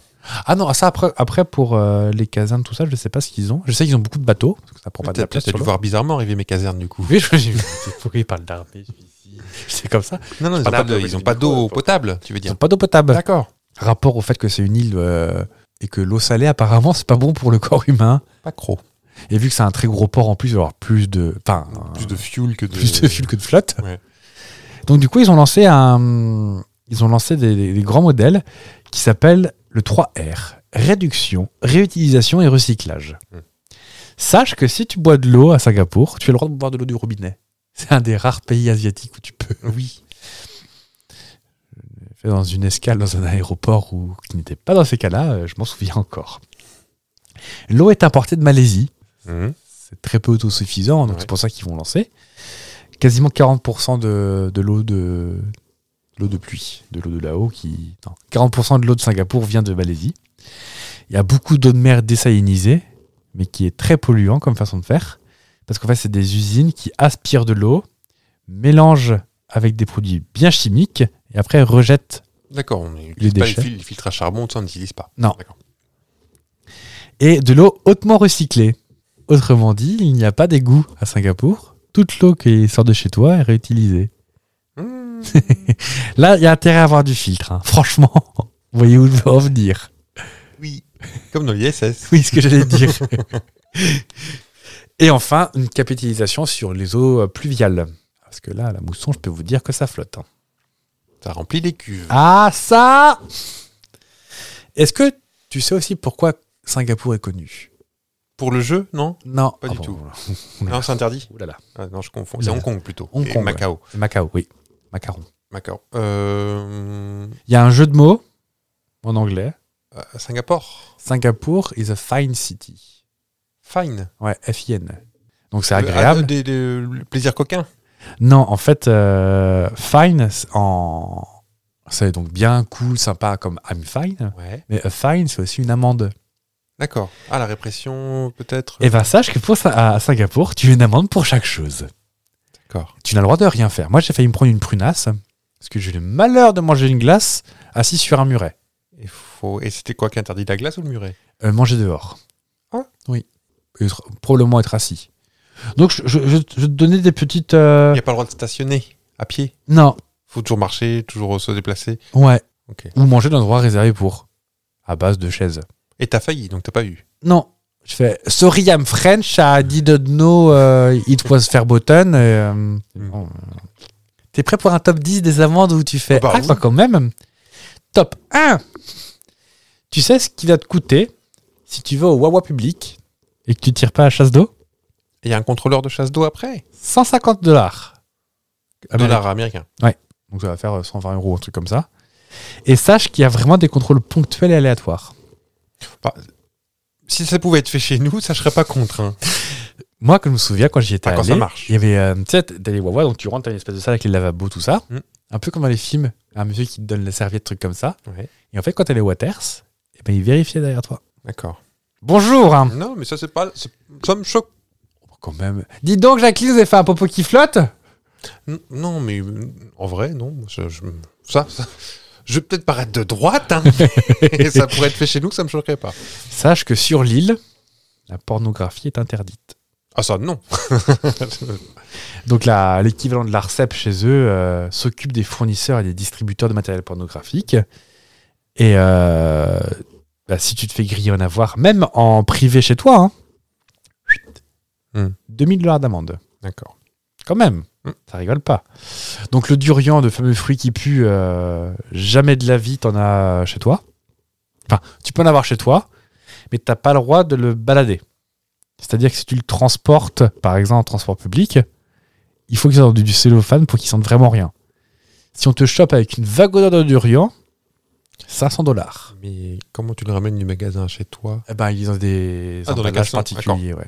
[SPEAKER 1] Ah non, ça après, après pour euh, les casernes, tout ça, je sais pas ce qu'ils ont. Je sais qu'ils ont beaucoup de bateaux, parce que ça prend pas de la
[SPEAKER 2] Peut-être
[SPEAKER 1] place
[SPEAKER 2] peut-être
[SPEAKER 1] sur
[SPEAKER 2] dû
[SPEAKER 1] l'eau.
[SPEAKER 2] voir bizarrement arriver mes casernes du coup.
[SPEAKER 1] Oui, je- j'ai vu. C'est pourri, il parle d'armée, je suis ici. C'est comme ça.
[SPEAKER 2] Non, non, ils
[SPEAKER 1] Pas
[SPEAKER 2] ont pas
[SPEAKER 1] d'arbre,
[SPEAKER 2] de-
[SPEAKER 1] oui,
[SPEAKER 2] ils ont
[SPEAKER 1] du
[SPEAKER 2] pas
[SPEAKER 1] coup,
[SPEAKER 2] d'eau
[SPEAKER 1] euh,
[SPEAKER 2] potable, tu veux
[SPEAKER 1] Ils
[SPEAKER 2] dire.
[SPEAKER 1] ont pas d'eau potable.
[SPEAKER 2] D'accord.
[SPEAKER 1] Rapport au fait que c'est une île euh, et que l'eau salée, apparemment, c'est pas bon pour le corps humain.
[SPEAKER 2] Pas trop.
[SPEAKER 1] Et vu que c'est un très gros port en plus, il va y avoir plus de. Enfin,
[SPEAKER 2] Plus de fuel que de.
[SPEAKER 1] plus de fuel que de flotte.
[SPEAKER 2] Ouais.
[SPEAKER 1] Donc du coup, ils ont lancé un, ils ont lancé des, des- des grands modèles qui s'appellent le 3R réduction, réutilisation et recyclage.
[SPEAKER 2] Hmm.
[SPEAKER 1] Sache que si tu bois de l'eau à Singapour, tu as le droit de boire de l'eau du robinet. C'est un des rares pays asiatiques où tu peux. Oui. Fait dans une escale dans un aéroport où qui n'était pas dans ces cas-là, euh, je m'en souviens encore. L'eau est importée de Malaisie
[SPEAKER 2] Mhm.
[SPEAKER 1] c'est très peu autosuffisant, donc
[SPEAKER 2] Ouais.
[SPEAKER 1] c'est pour ça qu'ils vont lancer. Quasiment 40% de, de l'eau de, de l'eau de pluie, de l'eau de là-haut qui. non, 40% de l'eau de Singapour vient de Malaisie. Il y a beaucoup d'eau de mer désalinisée, mais qui est très polluant comme façon de faire. Parce qu'en fait, c'est des usines qui aspirent de l'eau, mélangent avec des produits bien chimiques, et après rejettent
[SPEAKER 2] D'accord, on n'utilise pas les,
[SPEAKER 1] déchets.
[SPEAKER 2] fil- les filtres à charbon, tout ça, on n'utilise pas.
[SPEAKER 1] Non.
[SPEAKER 2] D'accord.
[SPEAKER 1] et de l'eau hautement recyclée. Autrement dit, il n'y a pas d'égout à Singapour. Toute l'eau qui sort de chez toi est réutilisée.
[SPEAKER 2] Mhm.
[SPEAKER 1] Là, il y a intérêt à avoir du filtre. hein. Franchement, vous voyez où je veux en venir.
[SPEAKER 2] oui. Comme dans l'ISS.
[SPEAKER 1] Oui, ce que j'allais dire. Et enfin, une capitalisation sur les eaux euh, pluviales. Parce que là, la mousson, je peux vous dire que ça flotte. hein.
[SPEAKER 2] Ça remplit les cuves.
[SPEAKER 1] Ah, ça Est-ce que tu sais aussi pourquoi Singapour est connu
[SPEAKER 2] Pour le jeu, non
[SPEAKER 1] Non.
[SPEAKER 2] Pas du tout.
[SPEAKER 1] Oula.
[SPEAKER 2] Non, c'est interdit.
[SPEAKER 1] Ouh là là.
[SPEAKER 2] Ah, non, je confonds. C'est
[SPEAKER 1] Oula.
[SPEAKER 2] Hong Kong plutôt.
[SPEAKER 1] Hong
[SPEAKER 2] Et
[SPEAKER 1] Kong, ouais.
[SPEAKER 2] Macao.
[SPEAKER 1] Macao, oui. Macaron.
[SPEAKER 2] Macao. Euh,
[SPEAKER 1] Il y a un jeu de mots en anglais.
[SPEAKER 2] euh, Singapour.
[SPEAKER 1] Singapour is a fine city.
[SPEAKER 2] Fine.
[SPEAKER 1] Ouais, F-I-N. Donc c'est
[SPEAKER 2] Euh, ah,
[SPEAKER 1] agréable.
[SPEAKER 2] des- des- le plaisir coquin.
[SPEAKER 1] Non, en fait, euh, fine, c'est en... c'est donc bien cool, sympa comme I'm fine.
[SPEAKER 2] Ouais.
[SPEAKER 1] Mais a fine, c'est aussi une amende.
[SPEAKER 2] D'accord. Ah, la répression, peut-être.
[SPEAKER 1] Et ben sache que pour ça, à Singapour, tu as une amende pour chaque chose.
[SPEAKER 2] D'accord.
[SPEAKER 1] Tu n'as le droit de rien faire. Moi, j'ai failli me prendre une prunasse parce que j'ai eu le malheur de manger une glace assis sur un muret.
[SPEAKER 2] Et, faut... Et c'était quoi qui interdit la glace ou le muret
[SPEAKER 1] Euh, manger dehors.
[SPEAKER 2] Ah.
[SPEAKER 1] Oui. Et être- probablement être assis. Donc, je, je- je- je vais te donnais des petites.
[SPEAKER 2] Il
[SPEAKER 1] euh,
[SPEAKER 2] n'y a pas le droit de stationner à pied.
[SPEAKER 1] Non.
[SPEAKER 2] faut toujours marcher, toujours se déplacer.
[SPEAKER 1] Ouais.
[SPEAKER 2] Ok.
[SPEAKER 1] Ou manger dans un endroit réservé pour. À base de chaises.
[SPEAKER 2] Et t'as failli, donc t'as pas eu.
[SPEAKER 1] Non. Je fais Sorry, I'm French. I didn't know euh, it was Fairbotten. Euh,
[SPEAKER 2] Hmm.
[SPEAKER 1] bon, euh. T'es prêt pour un top 10 des amendes où tu fais
[SPEAKER 2] Ah bah
[SPEAKER 1] Ah,
[SPEAKER 2] oui.
[SPEAKER 1] quoi, quand même Top 1 Tu sais ce qui va te coûter si tu vas au Wawa public et que tu tires pas à chasse d'eau
[SPEAKER 2] Et il y a un contrôleur de chasse d'eau après
[SPEAKER 1] 150 dollars. Ah,
[SPEAKER 2] Dollar américain.
[SPEAKER 1] Donc ça va faire euh, 120 euros, un truc comme ça. Et sache qu'il y a vraiment des contrôles ponctuels et aléatoires.
[SPEAKER 2] Si ça pouvait être fait chez nous, ça je serais pas contre. hein.
[SPEAKER 1] Moi, que je me souviens, quand j'y étais
[SPEAKER 2] Ah, quand
[SPEAKER 1] allé,
[SPEAKER 2] ça marche.
[SPEAKER 1] il y avait, euh, tu sais, t'as les wawa, donc tu rentres dans une espèce de salle avec les lavabos, tout ça.
[SPEAKER 2] Mm.
[SPEAKER 1] Un peu comme dans les films, un monsieur qui te donne la serviette, truc comme ça.
[SPEAKER 2] Ouais.
[SPEAKER 1] Et en fait, quand t'as les waters, eh ben, ils vérifiaient derrière toi.
[SPEAKER 2] D'accord.
[SPEAKER 1] Bonjour hein.
[SPEAKER 2] Non, mais ça c'est pas. c'est- Ça me choque.
[SPEAKER 1] Quand même. Dis donc, Jacqueline, vous avez fait un popo qui flotte
[SPEAKER 2] N- Non, mais euh, en vrai, non. Je, je- ça, ça- je vais peut-être paraître de droite, hein, mais ça pourrait être fait chez nous, ça me choquerait pas.
[SPEAKER 1] Sache que sur l'île, la pornographie est interdite.
[SPEAKER 2] Ah ça, non.
[SPEAKER 1] Donc la- l'équivalent de l'ARCEP chez eux euh, s'occupe des fournisseurs et des distributeurs de matériel pornographique. Et euh, bah, si tu te fais griller en avoir, même en privé chez toi, hein, chut,
[SPEAKER 2] Hmm.
[SPEAKER 1] 2000 dollars d'amende,
[SPEAKER 2] D'accord.
[SPEAKER 1] quand même.
[SPEAKER 2] Hmm.
[SPEAKER 1] Ça rigole pas. Donc le durian, le fameux fruit qui pue, euh, jamais de la vie t'en as chez toi. Enfin, tu peux en avoir chez toi, mais t'as pas le droit de le balader. C'est-à-dire que si tu le transportes, par exemple, en transport public, il faut qu'ils aient du, du cellophane pour qu'ils sentent vraiment rien. Si on te chope avec une vague odeur de durian, 500 dollars.
[SPEAKER 2] Mais comment tu le ramènes du magasin chez toi
[SPEAKER 1] Eh ben, ils ont des
[SPEAKER 2] Ah, dans la
[SPEAKER 1] emballages
[SPEAKER 2] caisson,
[SPEAKER 1] particuliers, ouais.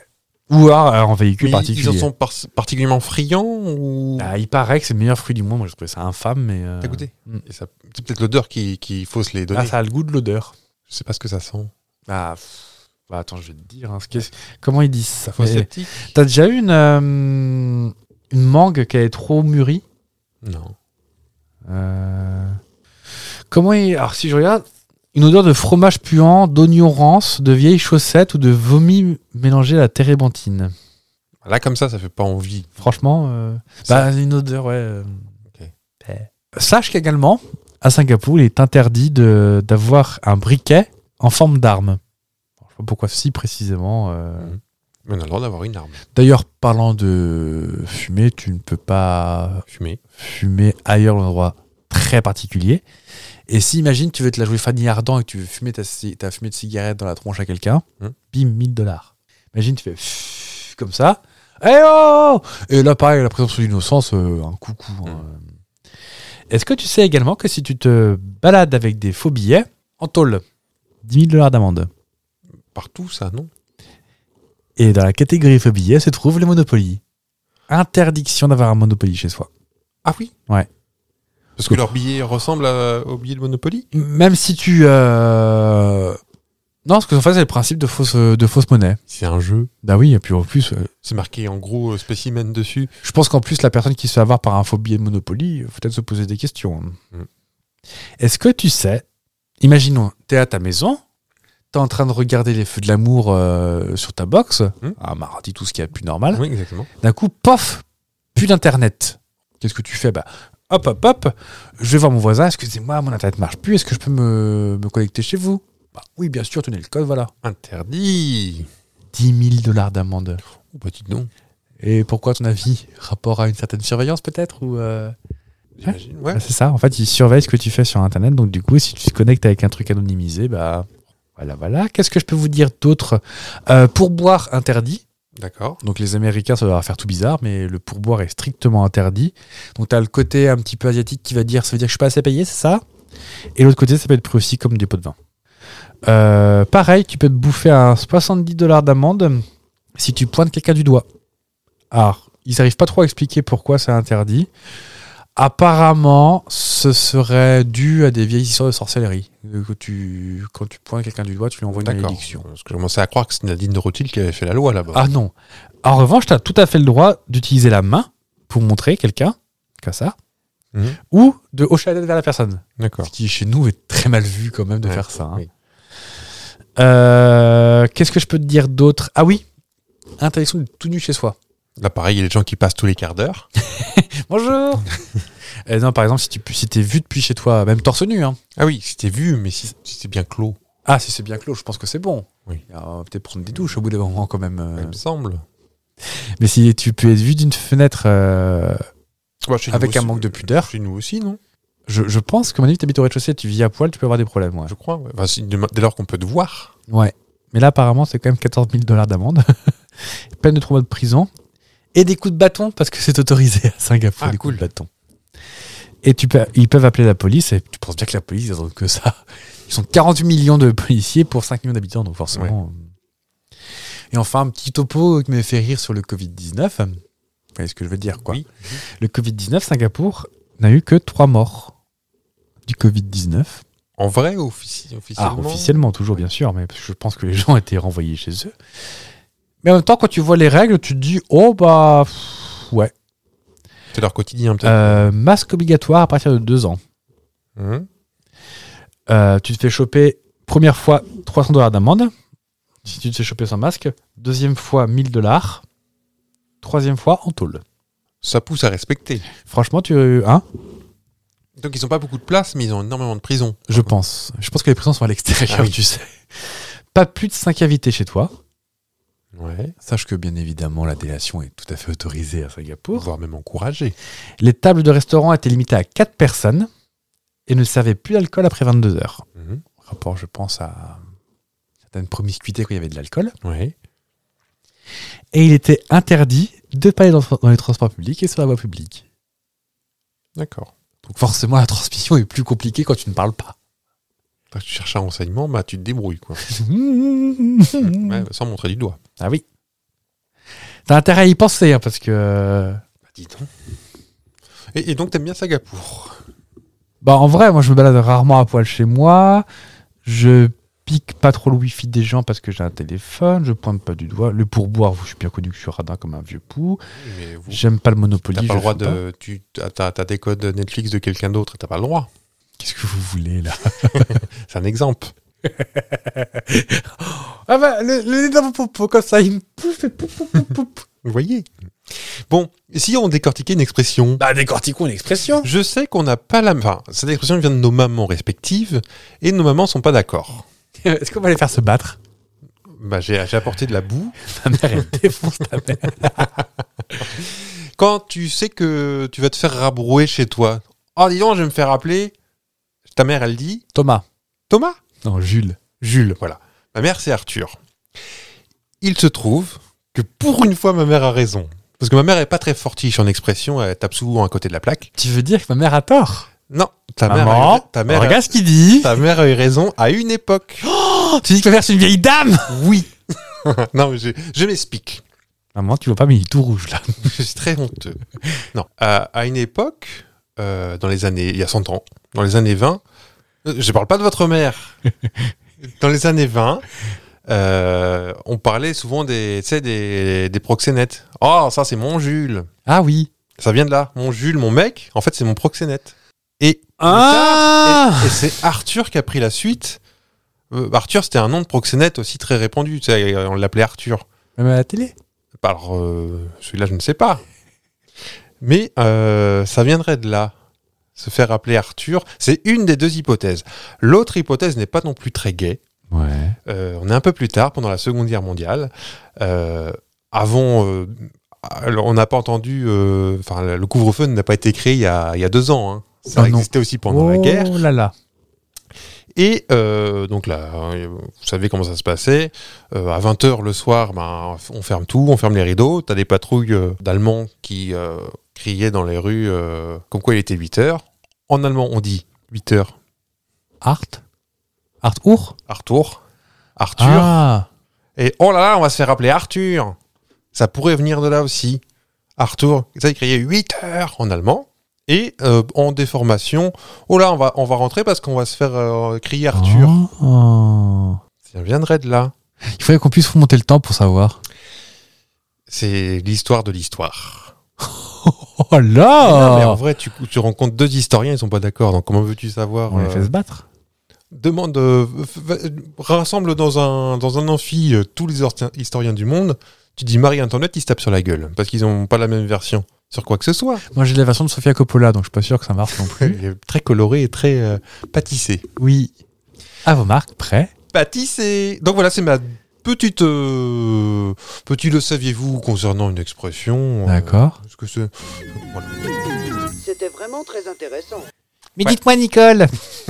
[SPEAKER 1] Ou alors en véhicule
[SPEAKER 2] Mais ils-
[SPEAKER 1] particulier.
[SPEAKER 2] ils en sont par- particulièrement friands ou
[SPEAKER 1] Ah, il paraît que c'est le meilleur fruit du monde. Moi, je trouvais ça infâme, mais. euh,
[SPEAKER 2] T'as goûté
[SPEAKER 1] mm.
[SPEAKER 2] Et ça- C'est peut-être l'odeur qui, qui fausse les données.
[SPEAKER 1] Ah, ça a le goût de l'odeur.
[SPEAKER 2] Je sais pas ce que ça sent.
[SPEAKER 1] Ah, pff. Bah, attends, je vais te dire. hein, ce qu'est- Comment ils disent ça
[SPEAKER 2] Fausse
[SPEAKER 1] Mais-
[SPEAKER 2] sceptique
[SPEAKER 1] T'as déjà eu une, euh, une mangue qui est trop mûrie
[SPEAKER 2] Non.
[SPEAKER 1] Euh, Comment il... Alors, si je regarde, une odeur de fromage puant, d'oignon rance, de vieilles chaussettes ou de vomi mélangé à la térébenthine.
[SPEAKER 2] Là, comme ça, ça fait pas envie.
[SPEAKER 1] Franchement, euh,
[SPEAKER 2] Ça-
[SPEAKER 1] bah, une odeur, ouais. euh,
[SPEAKER 2] Ok.
[SPEAKER 1] ouais. Sache qu'également, à Singapour, il est interdit de- d'avoir un briquet en forme d'arme. Je sais pas pourquoi si précisément. euh.
[SPEAKER 2] Mhm. Mais on a le droit d'avoir une arme.
[SPEAKER 1] D'ailleurs, parlant de fumée, tu ne peux pas
[SPEAKER 2] Fumée.
[SPEAKER 1] fumer ailleurs dans un endroit très particulier. Et si, imagine, tu veux te la jouer Fanny Ardant et que tu veux fumer ta, ci- ta fumée de cigarette dans la tronche à quelqu'un,
[SPEAKER 2] Hmm.
[SPEAKER 1] bim, 1000 dollars. Imagine, tu fais pfff comme ça. Eh oh Et là, pareil, la présomption d'innocence, euh, un coucou. hein. Est-ce que tu sais également que si tu te balades avec des faux billets, en tôle, 10 000 dollars d'amende.
[SPEAKER 2] Partout, ça, non
[SPEAKER 1] Et dans la catégorie faux billets se trouve les monopolies. Interdiction d'avoir un monopoly chez soi.
[SPEAKER 2] Ah oui
[SPEAKER 1] Ouais.
[SPEAKER 2] Parce que leur billet ressemble à- au billet de Monopoly
[SPEAKER 1] Même si tu. euh, Non, parce que en fait, c'est le principe de fausse, de fausse monnaie.
[SPEAKER 2] C'est un jeu.
[SPEAKER 1] Bah oui, et puis en plus, euh,
[SPEAKER 2] C'est marqué en gros euh, spécimen dessus.
[SPEAKER 1] je pense qu'en plus, la personne qui se fait avoir par un faux billet de Monopoly, euh, faut peut-être se poser des questions.
[SPEAKER 2] Mm.
[SPEAKER 1] Est-ce que tu sais, imaginons, t'es à ta maison, t'es en train de regarder les feux de l'amour euh, sur ta box,
[SPEAKER 2] Mm.
[SPEAKER 1] un mardi, tout ce qui est plus normal,
[SPEAKER 2] Oui, exactement.
[SPEAKER 1] d'un coup, pof, plus d'internet. Qu'est-ce que tu fais Bah, hop, hop, hop, je vais voir mon voisin, excusez-moi, mon internet marche plus, est-ce que je peux me, me connecter chez vous Bah oui, bien sûr, tenez le code, voilà.
[SPEAKER 2] Interdit
[SPEAKER 1] 10 000 dollars d'amende.
[SPEAKER 2] Oh, bah, dites donc.
[SPEAKER 1] Et pourquoi, à ton avis Rapport à une certaine surveillance, peut-être ou euh,
[SPEAKER 2] J'imagine, ouais.
[SPEAKER 1] bah, C'est ça, en fait, ils surveillent ce que tu fais sur Internet, donc du coup, si tu te connectes avec un truc anonymisé, bah. Voilà, voilà. Qu'est-ce que je peux vous dire d'autre Euh, Pourboire interdit.
[SPEAKER 2] D'accord.
[SPEAKER 1] Donc les Américains, ça va leur faire tout bizarre, mais le pourboire est strictement interdit. Donc tu as le côté un petit peu asiatique qui va dire ça veut dire que je suis pas assez payé, c'est ça Et l'autre côté, ça peut être pris aussi comme des pots de vin. Euh, pareil, tu peux te bouffer un 70 dollars d'amende si tu pointes quelqu'un du doigt. Alors, ils n'arrivent pas trop à expliquer pourquoi c'est interdit. Apparemment, ce serait dû à des vieilles histoires de sorcellerie. Euh, que tu- quand tu pointes quelqu'un du doigt, tu lui envoies une
[SPEAKER 2] D'accord.
[SPEAKER 1] malédiction.
[SPEAKER 2] Parce que je commençais à croire que c'est Nadine de Rothschild qui avait fait la loi là-bas.
[SPEAKER 1] Ah non. En revanche, tu as tout à fait le droit d'utiliser la main pour montrer quelqu'un, comme ça,
[SPEAKER 2] Mhm.
[SPEAKER 1] ou de hocher la tête vers la personne.
[SPEAKER 2] D'accord.
[SPEAKER 1] Ce qui, chez nous, est très mal vu quand même de
[SPEAKER 2] Ouais,
[SPEAKER 1] faire ça. hein.
[SPEAKER 2] oui.
[SPEAKER 1] Euh, Qu'est-ce que je peux te dire d'autre Ah oui Interdiction de tout nu chez soi.
[SPEAKER 2] Là, pareil, il y a des gens qui passent tous les quarts d'heure.
[SPEAKER 1] Bonjour Euh, Non, par exemple, si tu si t'es vu depuis chez toi, même torse nu, hein.
[SPEAKER 2] Ah oui, c'était vu, mais si, si c'est bien clos,
[SPEAKER 1] Ah, si c'est bien clos, je pense que c'est bon.
[SPEAKER 2] Oui.
[SPEAKER 1] Alors, on va euh, Peut-être prendre des douches au bout d'un moment quand même. euh.
[SPEAKER 2] il me semble.
[SPEAKER 1] Mais si tu peux être vu d'une fenêtre euh,
[SPEAKER 2] Bah, chez
[SPEAKER 1] Avec
[SPEAKER 2] nous
[SPEAKER 1] un manque de pudeur.
[SPEAKER 2] Chez nous aussi, non
[SPEAKER 1] Je, je pense que, mon avis, t'habites au rez-de-chaussée, tu vis à poil, tu peux avoir des problèmes. Ouais.
[SPEAKER 2] Je crois. ouais. Enfin, si- dès dès lors qu'on peut te voir.
[SPEAKER 1] ouais. Mais là, apparemment, c'est quand même 14 000 dollars d'amende, peine de 3 mois de prison et des coups de bâton parce que c'est autorisé à Singapour,
[SPEAKER 2] Ah,
[SPEAKER 1] les coups
[SPEAKER 2] cool.
[SPEAKER 1] de bâton. Et tu peux, ils peuvent appeler la police et tu penses bien que la police, ils attendent que ça. Ils sont 48 millions de policiers pour 5 millions d'habitants, donc forcément. euh. Et enfin, un petit topo qui me fait rire sur le Covid-19. Vous voyez ce que je veux dire, quoi.
[SPEAKER 2] Oui.
[SPEAKER 1] Le Covid-19, Singapour n'a eu que 3 morts du Covid-19.
[SPEAKER 2] En vrai, offici-
[SPEAKER 1] Ah,
[SPEAKER 2] officiellement.
[SPEAKER 1] officiellement, toujours, bien sûr, mais parce que je pense que les gens étaient renvoyés chez eux. Mais en même temps, quand tu vois les règles, tu te dis oh bah pff, ouais.
[SPEAKER 2] C'est leur quotidien, peut-être.
[SPEAKER 1] Euh, masque obligatoire à partir de deux ans.
[SPEAKER 2] Hum.
[SPEAKER 1] Euh, tu te fais choper première fois 300 dollars d'amende si tu te fais choper sans masque. Deuxième fois 1000 dollars. Troisième fois en tôle.
[SPEAKER 2] Ça pousse à respecter.
[SPEAKER 1] Franchement, tu hein
[SPEAKER 2] Donc, ils ont pas beaucoup de place, mais ils ont énormément de prison.
[SPEAKER 1] Je pense. Je pense que les prisons sont à l'extérieur,
[SPEAKER 2] Ah oui.
[SPEAKER 1] tu sais. Pas plus de 5 invités chez toi.
[SPEAKER 2] Ouais.
[SPEAKER 1] Sache que bien évidemment, la délation est tout à fait autorisée à Singapour.
[SPEAKER 2] Voire même encourager.
[SPEAKER 1] Les tables de restaurant étaient limitées à 4 personnes et ne servaient plus d'alcool après 22 heures.
[SPEAKER 2] Hum.
[SPEAKER 1] Rapport, je pense, à certaines promiscuités quand il y avait de l'alcool.
[SPEAKER 2] Ouais.
[SPEAKER 1] Et il était interdit de parler dans, dans les transports publics et sur la voie publique.
[SPEAKER 2] D'accord.
[SPEAKER 1] Donc forcément, la transmission est plus compliquée quand tu ne parles pas.
[SPEAKER 2] Toi, Tu cherches un Mhm. Bah, renseignement, bah, tu te débrouilles, quoi. Ouais, sans montrer du doigt.
[SPEAKER 1] ah oui. T'as intérêt à y penser, hein, parce que.
[SPEAKER 2] Bah, dis donc. Et, et donc, t'aimes bien Singapour
[SPEAKER 1] Bah, en vrai, moi, je me balade rarement à poil chez moi. Je pique pas trop le wifi des gens parce que j'ai un téléphone. Je pointe pas du doigt. Le pourboire, je suis bien connu que je suis radin comme un vieux pou.
[SPEAKER 2] Mais vous,
[SPEAKER 1] J'aime pas le Monopoly.
[SPEAKER 2] t'as
[SPEAKER 1] je
[SPEAKER 2] pas le droit
[SPEAKER 1] fais
[SPEAKER 2] de. Tu, t'as, t'as- t'as des codes Netflix de quelqu'un d'autre, t'as pas le droit.
[SPEAKER 1] Qu'est-ce que vous voulez, là
[SPEAKER 2] C'est un exemple.
[SPEAKER 1] Ah bah, le, le nez dans mon popo, comme ça, il me pouf, fait pouf, pouf, pouf, pouf.
[SPEAKER 2] Vous voyez Bon, et si on décortiquait une expression
[SPEAKER 1] Bah, décortiquons une expression.
[SPEAKER 2] Je sais qu'on n'a pas la. Enfin, cette expression vient de nos mamans respectives et nos mamans sont pas d'accord.
[SPEAKER 1] Est-ce qu'on va les faire se battre
[SPEAKER 2] Bah, j'ai, j'ai apporté de la boue.
[SPEAKER 1] Ta mère, elle défonce ta mère.
[SPEAKER 2] Quand tu sais que tu vas te faire rabrouer chez toi, oh dis donc, je vais me faire appeler. Ta mère, elle dit
[SPEAKER 1] Thomas.
[SPEAKER 2] Thomas
[SPEAKER 1] Non, Jules.
[SPEAKER 2] Jules, voilà. Ma mère, c'est Arthur. Il se trouve que pour une fois, ma mère a raison. Parce que ma mère est pas très fortiche en expression, elle tape souvent à côté de la plaque.
[SPEAKER 1] Tu veux dire que ma mère a tort
[SPEAKER 2] Non, ta
[SPEAKER 1] Maman,
[SPEAKER 2] mère, a, ta, mère a,
[SPEAKER 1] Oh, Regarde ce qu'il dit. Oh,
[SPEAKER 2] ta mère a eu raison à une époque.
[SPEAKER 1] Tu dis que ma mère, c'est une vieille dame
[SPEAKER 2] Oui. non, mais je, je m'explique.
[SPEAKER 1] Maman, tu vois pas, mais il est tout rouge, là.
[SPEAKER 2] Je suis très honteux. Non, à, à une époque, euh, dans les années, il y a 100 ans, dans les années 20, euh, je parle pas de votre mère. Dans les années 20, euh, on parlait souvent des, tu sais, des, des proxénètes. Oh, ça c'est mon Jules.
[SPEAKER 1] Ah oui.
[SPEAKER 2] Ça vient de là. Mon Jules, mon mec, en fait c'est mon proxénète. Et,
[SPEAKER 1] Ah
[SPEAKER 2] et c'est Arthur qui a pris la suite. Euh, Arthur, c'était un nom de proxénète aussi très répandu. Tu sais, on l'appelait Arthur.
[SPEAKER 1] Même à la télé.
[SPEAKER 2] Alors, euh, celui-là, je ne sais pas. Mais euh, ça viendrait de là. Se faire appeler Arthur, c'est une des deux hypothèses. L'autre hypothèse n'est pas non plus très gaie.
[SPEAKER 1] Ouais.
[SPEAKER 2] Euh, on est un peu plus tard, pendant la Seconde Guerre mondiale. Euh, avant, euh, alors, on n'a pas entendu. euh, Enfin, le couvre-feu n'a pas été créé il y a, il y a deux ans. hein. Ça
[SPEAKER 1] Ah non.
[SPEAKER 2] existait aussi pendant la
[SPEAKER 1] oh
[SPEAKER 2] guerre.
[SPEAKER 1] là là.
[SPEAKER 2] Et euh, donc là, euh, vous savez comment ça se passait. Euh, à 20h le soir, ben, on ferme tout, on ferme les rideaux. T'as des patrouilles euh, d'Allemands qui euh, criaient dans les rues euh, comme quoi il était 8h. En allemand, on dit 8h
[SPEAKER 1] Art Arthur
[SPEAKER 2] Arthur. Arthur.
[SPEAKER 1] Ah
[SPEAKER 2] Et oh là là, on va se faire appeler Arthur. Ça pourrait venir de là aussi. Arthur, ça il criait 8 heures en allemand. Et euh, en déformation, oh là, on va, on va rentrer parce qu'on va se faire euh, crier
[SPEAKER 1] Ah.
[SPEAKER 2] Arthur.
[SPEAKER 1] Oh.
[SPEAKER 2] Ça viendrait de là.
[SPEAKER 1] Il faudrait qu'on puisse remonter le temps pour savoir.
[SPEAKER 2] C'est l'histoire de l'histoire.
[SPEAKER 1] Oh
[SPEAKER 2] Mais non, mais en
[SPEAKER 1] là
[SPEAKER 2] vrai, tu, tu rencontres deux historiens, ils sont pas d'accord. Donc comment veux-tu savoir
[SPEAKER 1] On les
[SPEAKER 2] euh,
[SPEAKER 1] fait se battre.
[SPEAKER 2] Demande, euh, f- f- rassemble dans un dans un amphi euh, tous les orti- historiens du monde. Tu dis Marie Antoinette, ils se tapent sur la gueule parce qu'ils ont pas la même version sur quoi que ce soit.
[SPEAKER 1] Moi j'ai la version de Sofia Coppola, donc je suis pas sûr que ça marche non plus.
[SPEAKER 2] Il est très coloré et très euh, pâtissé.
[SPEAKER 1] oui. À vos marques, prêt
[SPEAKER 2] Pâtissé Donc voilà, c'est ma petite. euh, petit le saviez-vous concernant une expression. euh,
[SPEAKER 1] D'accord.
[SPEAKER 2] Est-ce que c'est. voilà.
[SPEAKER 4] C'était vraiment très intéressant.
[SPEAKER 1] Mais
[SPEAKER 2] Ouais.
[SPEAKER 1] dites-moi Nicole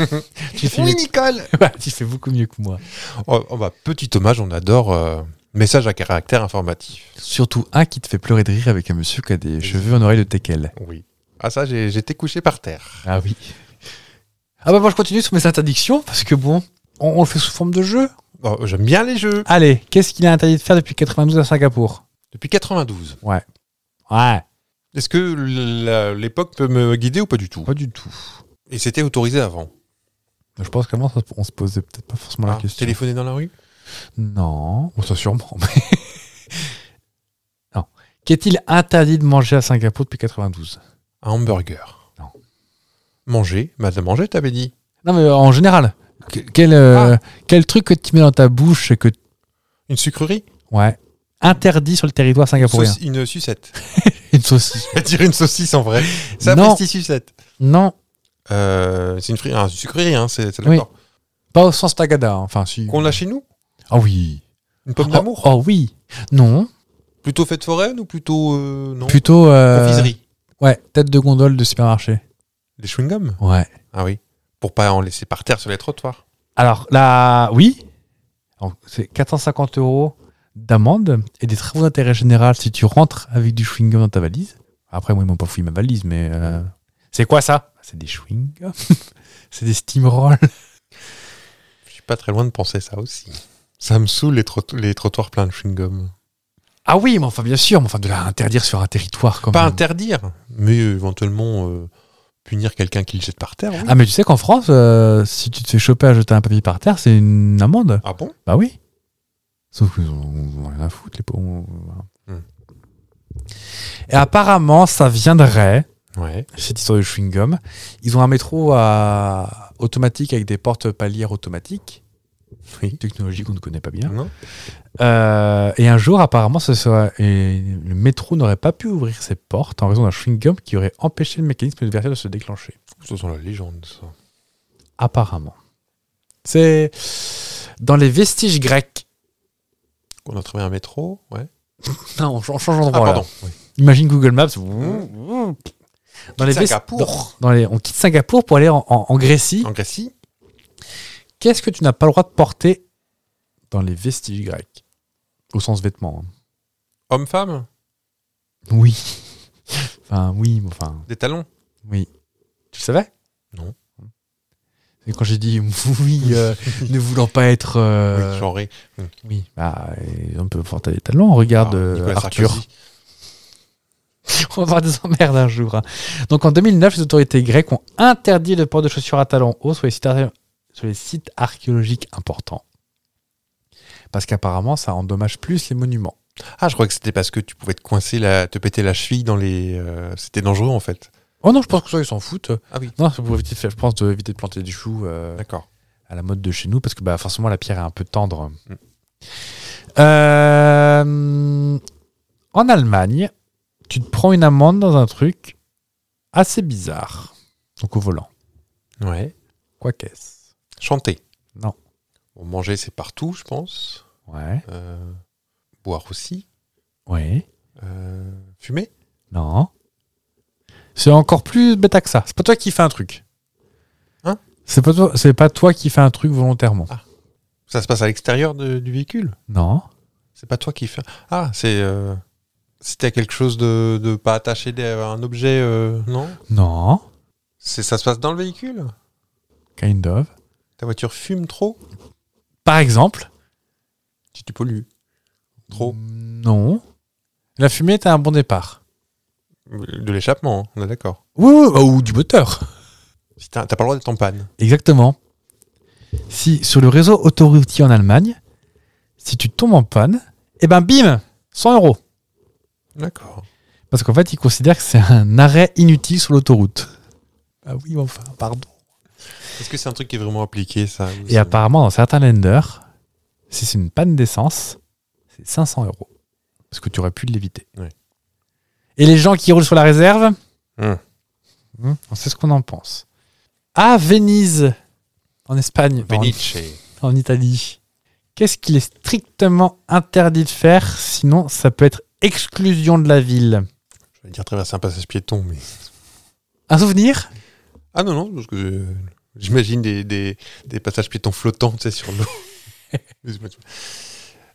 [SPEAKER 1] tu, fais
[SPEAKER 2] Oui,
[SPEAKER 1] mieux-
[SPEAKER 2] Nicole
[SPEAKER 1] Ouais, tu fais beaucoup mieux que moi.
[SPEAKER 2] oh, oh, bah, Petit hommage, on adore. euh, message à caractère informatif.
[SPEAKER 1] Surtout un qui te fait pleurer de rire avec un monsieur qui a des cheveux en oreille de teckel.
[SPEAKER 2] Oui. Ah, ça, j'ai- j'étais couché par terre.
[SPEAKER 1] Ah oui. Ah bah moi je continue sur mes interdictions parce que bon, on, on le fait sous forme de jeu.
[SPEAKER 2] Oh, J'aime bien les jeux.
[SPEAKER 1] Allez, qu'est-ce qu'il est interdit de faire depuis 92 à Singapour
[SPEAKER 2] Depuis 92.
[SPEAKER 1] Ouais.
[SPEAKER 2] Est-ce que la- l'époque peut me guider ou pas du tout
[SPEAKER 1] Pas du tout.
[SPEAKER 2] Et c'était autorisé avant.
[SPEAKER 1] Je pense qu'avant, ça, on se posait peut-être pas forcément la
[SPEAKER 2] Ah,
[SPEAKER 1] question.
[SPEAKER 2] téléphoner dans la rue
[SPEAKER 1] Non, on ça sûrement. mais- non. Qu'est-il interdit de manger à Singapour depuis 92
[SPEAKER 2] Un hamburger.
[SPEAKER 1] Non.
[SPEAKER 2] Manger Madame Manger, t'avais dit.
[SPEAKER 1] Non, mais euh, en général, que- quel,
[SPEAKER 2] Ah.
[SPEAKER 1] euh, quel truc que tu mets dans ta bouche et que.
[SPEAKER 2] Une sucrerie
[SPEAKER 1] Ouais. Interdit sur le territoire singapourien.
[SPEAKER 2] Sauci- Une sucette.
[SPEAKER 1] Une saucisse.
[SPEAKER 2] Je vais dire une saucisse en vrai. C'est
[SPEAKER 1] Non.
[SPEAKER 2] un sucette.
[SPEAKER 1] non,
[SPEAKER 2] Euh, c'est une, fri- un sucrerie, hein, c'est c'est
[SPEAKER 1] Oui.
[SPEAKER 2] d'accord.
[SPEAKER 1] pas au sens tagada. hein. Enfin, si.
[SPEAKER 2] Qu'on l'a chez nous
[SPEAKER 1] Ah oui.
[SPEAKER 2] Une pomme
[SPEAKER 1] Oh,
[SPEAKER 2] d'amour
[SPEAKER 1] Oh oui. Non.
[SPEAKER 2] Plutôt fête foraine ou plutôt. euh, non
[SPEAKER 1] Plutôt. euh,
[SPEAKER 2] Confiserie.
[SPEAKER 1] Ouais, tête de gondole de supermarché.
[SPEAKER 2] Des chewing-gums
[SPEAKER 1] Ouais.
[SPEAKER 2] Ah oui. Pour pas en laisser par terre sur les trottoirs.
[SPEAKER 1] Alors là, oui, Alors, c'est 450 euros d'amende et des travaux d'intérêt général si tu rentres avec du chewing-gum dans ta valise. Après, moi, ils m'ont pas fouillé ma valise, mais... euh, C'est quoi ça C'est des chewing-gums, c'est des steamrolls.
[SPEAKER 2] Je suis pas très loin de penser ça aussi. Ça me saoule les, trot- les trottoirs pleins de chewing-gum.
[SPEAKER 1] Ah oui, mais enfin, bien sûr, mais enfin, de la interdire sur un territoire comme.
[SPEAKER 2] Pas interdire, mais éventuellement euh, punir quelqu'un qui le jette par terre. oui.
[SPEAKER 1] Ah, mais tu sais qu'en France, euh, si tu te fais choper à jeter un papier par terre, c'est une amende.
[SPEAKER 2] Ah bon
[SPEAKER 1] Bah oui. Sauf qu'ils ont, ont rien à foutre, les pauvres. voilà.
[SPEAKER 2] Hmm.
[SPEAKER 1] Et apparemment, ça viendrait,
[SPEAKER 2] Ouais.
[SPEAKER 1] cette histoire de chewing-gum, ils ont un métro à... automatique avec des portes palières automatiques.
[SPEAKER 2] Oui.
[SPEAKER 1] Technologie qu'on ne connaît pas bien.
[SPEAKER 2] Non
[SPEAKER 1] Euh, et un jour, apparemment, ce sera- et le métro n'aurait pas pu ouvrir ses portes en raison d'un chewing-gum qui aurait empêché le mécanisme d'ouverture de se déclencher.
[SPEAKER 2] Ce sont la légende, ça.
[SPEAKER 1] Apparemment. C'est dans les vestiges grecs.
[SPEAKER 2] On a trouvé un métro, ouais.
[SPEAKER 1] Non, on, ch- on change d'endroit.
[SPEAKER 2] Ah,
[SPEAKER 1] là.
[SPEAKER 2] pardon. Oui.
[SPEAKER 1] Imagine Google Maps. Dans les vest-
[SPEAKER 2] Singapour,
[SPEAKER 1] dans les- on quitte Singapour pour aller en, en- en Grécie.
[SPEAKER 2] en Grécie.
[SPEAKER 1] Qu'est-ce que tu n'as pas le droit de porter dans les vestiges grecs Au sens vêtements. hein.
[SPEAKER 2] Homme-femme,
[SPEAKER 1] Oui. enfin, oui, mais enfin.
[SPEAKER 2] des talons.
[SPEAKER 1] Oui. Tu le savais
[SPEAKER 2] Non.
[SPEAKER 1] Et quand j'ai dit oui, euh, ne voulant pas être. euh,
[SPEAKER 2] Oui, genré.
[SPEAKER 1] oui. Bah, et on peut porter des talents. Regarde
[SPEAKER 2] Ah,
[SPEAKER 1] euh,
[SPEAKER 2] Nicolas
[SPEAKER 1] Arthur.
[SPEAKER 2] Sarkozy.
[SPEAKER 1] On va avoir des emmerdes un jour. hein. Donc en 2009, les autorités grecques ont interdit le port de chaussures à talons hauts sur les sites, ar- sur les sites archéologiques importants. Parce qu'apparemment, ça endommage plus les monuments.
[SPEAKER 2] Ah, je crois que c'était parce que tu pouvais te coincer, la, te péter la cheville dans les. euh, c'était dangereux en fait.
[SPEAKER 1] Oh non, je pense que ça, ils s'en foutent.
[SPEAKER 2] Ah oui.
[SPEAKER 1] Non, c'est pour éviter de faire, je pense, de, éviter de planter des choux. euh,
[SPEAKER 2] D'accord.
[SPEAKER 1] à la mode de chez nous parce que bah, forcément la pierre est un peu tendre.
[SPEAKER 2] Mm.
[SPEAKER 1] Euh, en Allemagne, tu te prends une amende dans un truc assez bizarre. Donc au volant.
[SPEAKER 2] Ouais.
[SPEAKER 1] Quoi qu'est-ce
[SPEAKER 2] Chanter.
[SPEAKER 1] Non.
[SPEAKER 2] Bon, manger, c'est partout, je pense.
[SPEAKER 1] Ouais.
[SPEAKER 2] Euh, boire aussi.
[SPEAKER 1] Ouais.
[SPEAKER 2] Euh, fumer.
[SPEAKER 1] Non. C'est encore plus bête que ça. C'est pas toi qui fais un truc.
[SPEAKER 2] Hein
[SPEAKER 1] C'est pas toi, c'est pas toi qui fais un truc volontairement.
[SPEAKER 2] Ça se passe à l'extérieur de- du véhicule.
[SPEAKER 1] Non.
[SPEAKER 2] C'est pas toi qui fais. Ah, c'est. euh, C'était quelque chose de, de pas attaché à un objet, euh, non
[SPEAKER 1] Non.
[SPEAKER 2] C'est ça se passe dans le véhicule
[SPEAKER 1] Kind of.
[SPEAKER 2] Ta voiture fume trop
[SPEAKER 1] Par exemple,
[SPEAKER 2] Tu, tu pollues. Trop.
[SPEAKER 1] Non. La fumée est un bon départ. Mm.
[SPEAKER 2] De l'échappement, hein, on est d'accord.
[SPEAKER 1] Oui, oui, oui, ou du moteur.
[SPEAKER 2] Si T'as t'as pas le droit d'être en panne.
[SPEAKER 1] Exactement. Si sur le réseau autoroutier en Allemagne, si tu tombes en panne, eh ben bim, 100 euros.
[SPEAKER 2] D'accord.
[SPEAKER 1] Parce qu'en fait, ils considèrent que c'est un arrêt inutile sur l'autoroute. Ah oui, mais enfin, pardon.
[SPEAKER 2] Est-ce que c'est un truc qui est vraiment appliqué, ça ou
[SPEAKER 1] Et
[SPEAKER 2] c'est-
[SPEAKER 1] apparemment, dans certains lenders, si c'est une panne d'essence, c'est 500 euros. Parce que tu aurais pu l'éviter.
[SPEAKER 2] Ouais.
[SPEAKER 1] Et les gens qui roulent sur la réserve Hein.
[SPEAKER 2] Hum.
[SPEAKER 1] Hum, On sait ce qu'on en pense. À Venise, en Espagne, non,
[SPEAKER 2] Venice.
[SPEAKER 1] en, en Italie, qu'est-ce qu'il est strictement interdit de faire Sinon, ça peut être exclusion de la ville.
[SPEAKER 2] Je vais dire traverser un passage piéton, mais.
[SPEAKER 1] Un souvenir
[SPEAKER 2] Ah non, non, parce que euh, j'imagine des, des, des passages piétons flottants, tu sais, sur l'eau.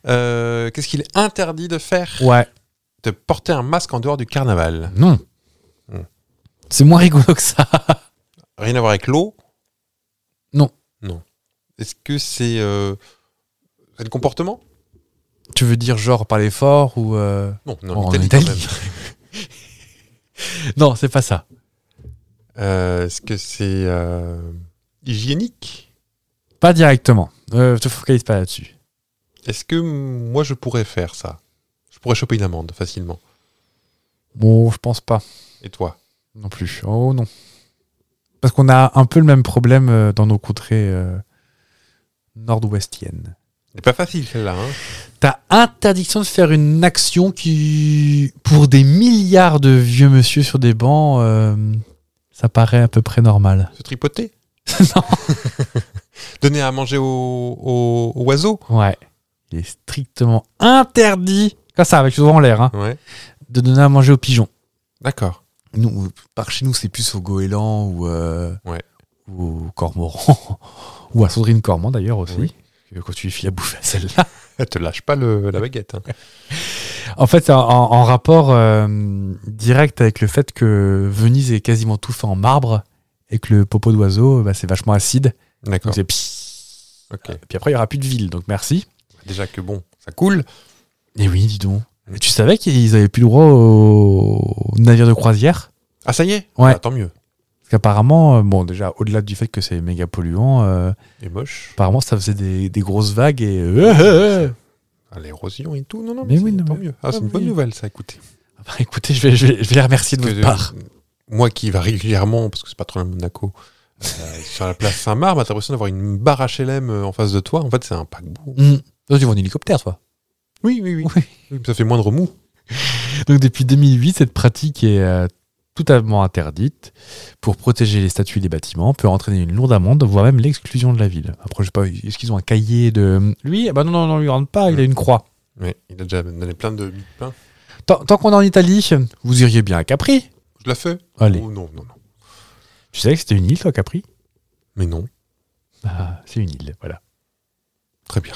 [SPEAKER 2] Euh, Qu'est-ce qu'il est interdit de faire
[SPEAKER 1] Ouais.
[SPEAKER 2] De porter un masque en dehors du carnaval.
[SPEAKER 1] Non.
[SPEAKER 2] Hum.
[SPEAKER 1] C'est moins rigolo que ça.
[SPEAKER 2] Rien à voir avec l'eau
[SPEAKER 1] Non.
[SPEAKER 2] Non. Est-ce que c'est euh, c'est le comportement
[SPEAKER 1] Tu veux dire genre parler fort ou... euh,
[SPEAKER 2] Non, non,
[SPEAKER 1] en
[SPEAKER 2] l'Italie,
[SPEAKER 1] Italie.
[SPEAKER 2] quand même.
[SPEAKER 1] non, c'est pas ça.
[SPEAKER 2] Euh, Est-ce que c'est euh, hygiénique
[SPEAKER 1] Pas directement. Euh, te focalise pas là-dessus.
[SPEAKER 2] Est-ce que mm, moi je pourrais faire ça Je pourrais choper une amende facilement.
[SPEAKER 1] Bon, je pense pas
[SPEAKER 2] Et toi
[SPEAKER 1] non plus. Oh non. Parce qu'on a un peu le même problème euh, dans nos contrées euh, nord-ouestiennes.
[SPEAKER 2] C'est pas facile celle-là. hein.
[SPEAKER 1] T'as interdiction de faire une action qui, pour des milliards de vieux monsieur sur des bancs, euh, ça paraît à peu près normal.
[SPEAKER 2] Se tripoter
[SPEAKER 1] Non.
[SPEAKER 2] Donner à manger aux aux- aux oiseaux
[SPEAKER 1] Ouais. Il est strictement interdit, comme ça, avec le doigt en l'air, hein,
[SPEAKER 2] Ouais.
[SPEAKER 1] de donner à manger aux pigeons.
[SPEAKER 2] D'accord.
[SPEAKER 1] Nous, euh, par chez nous, c'est plus au goéland ou, euh,
[SPEAKER 2] Ouais.
[SPEAKER 1] ou au cormoran, ou à Sandrine Cormand d'ailleurs aussi.
[SPEAKER 2] Oui.
[SPEAKER 1] Que Quand tu lui files à bouffer à celle-là.
[SPEAKER 2] Elle te lâche pas le- la baguette. hein.
[SPEAKER 1] En fait, c'est en, en- en rapport euh, direct avec le fait que Venise est quasiment tout fait en marbre et que le popo d'oiseau, bah, c'est vachement acide.
[SPEAKER 2] D'accord.
[SPEAKER 1] Donc c'est pssst.
[SPEAKER 2] Ah. Ok.
[SPEAKER 1] Puis après, il n'y aura plus de ville, donc merci.
[SPEAKER 2] Déjà que bon, ça coule.
[SPEAKER 1] Et Eh oui, dis donc.
[SPEAKER 2] Mm.
[SPEAKER 1] Et tu savais qu'ils avaient plus le droit aux navires de croisière
[SPEAKER 2] Ah, ça y est
[SPEAKER 1] Ouais.
[SPEAKER 2] Ah, Tant mieux.
[SPEAKER 1] Parce qu'apparemment, euh, bon, déjà, au-delà du fait que c'est méga polluant, euh,
[SPEAKER 2] Et moche.
[SPEAKER 1] apparemment, ça faisait des, des grosses vagues et.
[SPEAKER 2] Eh,
[SPEAKER 1] euh, euh, euh.
[SPEAKER 2] Ah, L'érosion et tout. Non, non,
[SPEAKER 1] Mais oui,
[SPEAKER 2] c'est-
[SPEAKER 1] non,
[SPEAKER 2] tant
[SPEAKER 1] mais-
[SPEAKER 2] mieux. Ah, c'est
[SPEAKER 1] Ah,
[SPEAKER 2] une bonne
[SPEAKER 1] oui.
[SPEAKER 2] nouvelle, ça, écoutez.
[SPEAKER 1] Bah, écoutez, je vais, je, vais, je vais les remercier de
[SPEAKER 2] que
[SPEAKER 1] votre
[SPEAKER 2] de-
[SPEAKER 1] part.
[SPEAKER 2] Moi qui va régulièrement, parce que c'est pas trop loin de Monaco, euh, sur la place Saint-Marc, bah, t'as l'impression d'avoir une barre HLM euh, en face de toi. En fait, c'est un paquebot.
[SPEAKER 1] Mm. Toi, tu vas en hélicoptère, toi.
[SPEAKER 2] Oui, oui, oui.
[SPEAKER 1] Oui.
[SPEAKER 2] Ça fait moindre mou.
[SPEAKER 1] Donc depuis 2008, cette pratique est euh, totalement interdite. Pour protéger les statues et les bâtiments, peut entraîner une lourde amende, voire même l'exclusion de la ville. Après, je sais pas, est-ce qu'ils ont un cahier de... Lui, ah bah non, non, non, lui rentre pas, il a une croix.
[SPEAKER 2] Oui, il a déjà donné plein de plein.
[SPEAKER 1] Tant, tant qu'on est en Italie, vous iriez bien à Capri.
[SPEAKER 2] Je l'ai fait
[SPEAKER 1] Allez.
[SPEAKER 2] Oh, Non, non, non.
[SPEAKER 1] Tu savais que c'était une île, toi, Capri
[SPEAKER 2] Mais non.
[SPEAKER 1] Bah, c'est une île, voilà.
[SPEAKER 2] Très bien.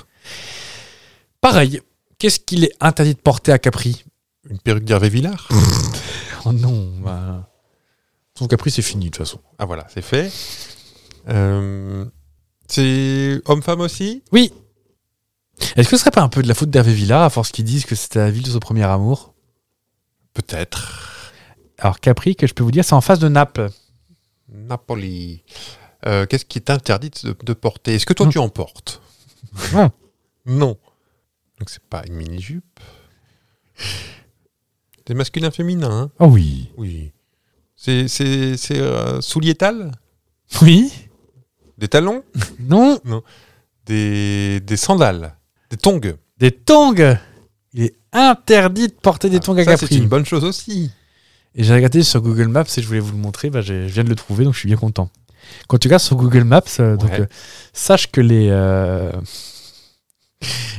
[SPEAKER 1] Pareil, qu'est-ce qu'il est interdit de porter à Capri
[SPEAKER 2] Une perruque d'Hervé Villard
[SPEAKER 1] Oh non, bah... Sauf Capri, c'est fini, de toute façon.
[SPEAKER 2] Ah voilà, c'est fait. Euh, c'est homme-femme aussi
[SPEAKER 1] Oui Est-ce que ce serait pas un peu de la faute d'Hervé Villa, à force qu'ils disent que c'était la ville de son premier amour
[SPEAKER 2] Peut-être.
[SPEAKER 1] Alors Capri, que je peux vous dire, c'est en face de Naples.
[SPEAKER 2] Napoli. Euh, Qu'est-ce qui est interdit de, de porter Est-ce que toi,
[SPEAKER 1] Non.
[SPEAKER 2] tu en portes
[SPEAKER 1] Non.
[SPEAKER 2] Non. Donc, c'est pas une mini-jupe. C'est masculin-féminin, hein
[SPEAKER 1] Ah oui.
[SPEAKER 2] Oui. C'est c'est- c'est, euh, souliétal
[SPEAKER 1] Oui
[SPEAKER 2] Des talons
[SPEAKER 1] Non
[SPEAKER 2] des, des sandales Des tongs
[SPEAKER 1] Des tongs Il est interdit de porter des
[SPEAKER 2] Ah,
[SPEAKER 1] tongs à
[SPEAKER 2] Ça, c'est
[SPEAKER 1] Capri.
[SPEAKER 2] une bonne chose aussi.
[SPEAKER 1] Et j'ai regardé sur Google Maps et je voulais vous le montrer. Bah, j'ai- je viens de le trouver, donc je suis bien content. Quand tu regardes sur Google Maps, euh, donc,
[SPEAKER 2] Ouais.
[SPEAKER 1] euh, sache que les, euh,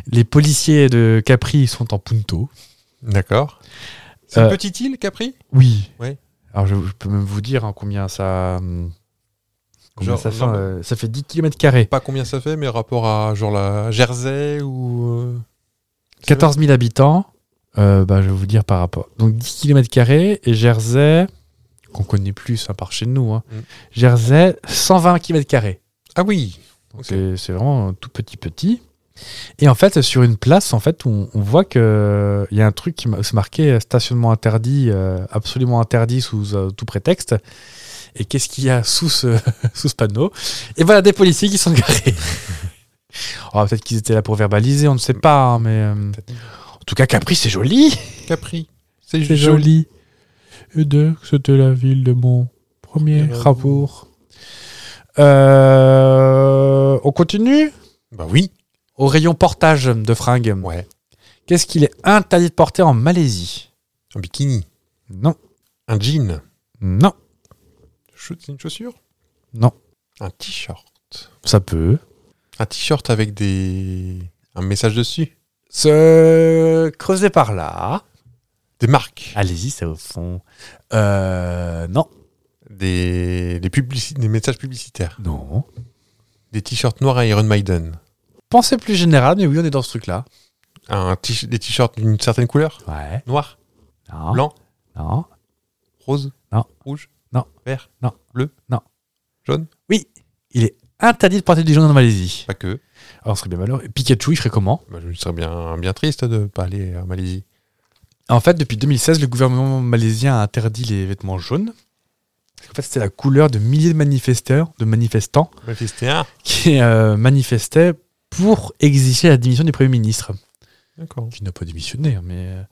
[SPEAKER 1] les policiers de Capri sont en Punto.
[SPEAKER 2] D'accord. C'est
[SPEAKER 1] Euh,
[SPEAKER 2] une petite île, Capri
[SPEAKER 1] Oui.
[SPEAKER 2] Ouais.
[SPEAKER 1] Alors je, je peux même vous dire hein, combien ça... hum, combien
[SPEAKER 2] Genre,
[SPEAKER 1] ça, fait,
[SPEAKER 2] non, mais-
[SPEAKER 1] euh, ça fait 10 km carrés.
[SPEAKER 2] Pas combien ça fait, mais rapport à genre la Jersey ou... euh,
[SPEAKER 1] 14 000 habitants, euh, bah, je vais vous dire par rapport. Donc 10 km et Jersey, qu'on connaît plus à part chez nous, hein.
[SPEAKER 2] Mm.
[SPEAKER 1] Jersey, 120 km.
[SPEAKER 2] Ah oui Ok.
[SPEAKER 1] C'est c'est vraiment tout petit, petit. Et en fait, sur une place, en fait, on, on voit qu'il y a un truc qui m'a- c'est marqué euh, stationnement interdit, euh, absolument interdit sous euh, tout prétexte. Et qu'est-ce qu'il y a sous ce, sous ce panneau Et voilà des policiers qui sont garés. Oh, Peut-être qu'ils étaient là pour verbaliser, on ne sait pas, hein, mais. euh, en tout cas, Capri, c'est joli.
[SPEAKER 2] Capri. C'est
[SPEAKER 1] C'est
[SPEAKER 2] joli.
[SPEAKER 1] joli. Et donc, c'était la ville de mon premier
[SPEAKER 2] Premier
[SPEAKER 1] rapport. Euh, on continue
[SPEAKER 2] Bah oui.
[SPEAKER 1] au rayon portage de fringues.
[SPEAKER 2] Ouais.
[SPEAKER 1] Qu'est-ce qu'il est interdit de porter en Malaisie
[SPEAKER 2] Un bikini.
[SPEAKER 1] Non,
[SPEAKER 2] Un jean.
[SPEAKER 1] non,
[SPEAKER 2] Chou- C'est une chaussure
[SPEAKER 1] Non.
[SPEAKER 2] Un t-shirt.
[SPEAKER 1] ça peut.
[SPEAKER 2] Un t-shirt avec des... Un message dessus.
[SPEAKER 1] Se creuser par là.
[SPEAKER 2] Des marques.
[SPEAKER 1] Allez-y, c'est au fond. Euh, non,
[SPEAKER 2] Des... Des, publici- des messages publicitaires.
[SPEAKER 1] non.
[SPEAKER 2] Des t-shirts noirs à Iron Maiden.
[SPEAKER 1] Pensée plus générale, mais oui, on est dans ce truc-là.
[SPEAKER 2] Un t- des t-shirts d'une certaine couleur.
[SPEAKER 1] Ouais.
[SPEAKER 2] Noir.
[SPEAKER 1] Non.
[SPEAKER 2] Blanc.
[SPEAKER 1] Non.
[SPEAKER 2] Rose
[SPEAKER 1] Non.
[SPEAKER 2] Rouge
[SPEAKER 1] Non.
[SPEAKER 2] Vert
[SPEAKER 1] Non.
[SPEAKER 2] Bleu
[SPEAKER 1] Non.
[SPEAKER 2] Jaune
[SPEAKER 1] Il est interdit de porter du jaune en Malaisie.
[SPEAKER 2] Pas que.
[SPEAKER 1] Alors, on serait bien malheureux. Et Pikachu, il ferait comment
[SPEAKER 2] Bah, je serais bien, bien triste de ne pas aller en Malaisie.
[SPEAKER 1] En fait, depuis 2016, le gouvernement malaisien a interdit les vêtements jaunes. Parce qu'en fait, c'était la couleur de milliers de manifesteurs, de manifestants
[SPEAKER 2] Manifester. Ah,
[SPEAKER 1] qui euh, manifestaient pour exiger la démission du Premier ministre,
[SPEAKER 2] D'accord.
[SPEAKER 1] qui n'a pas démissionné. hein, Mais... euh,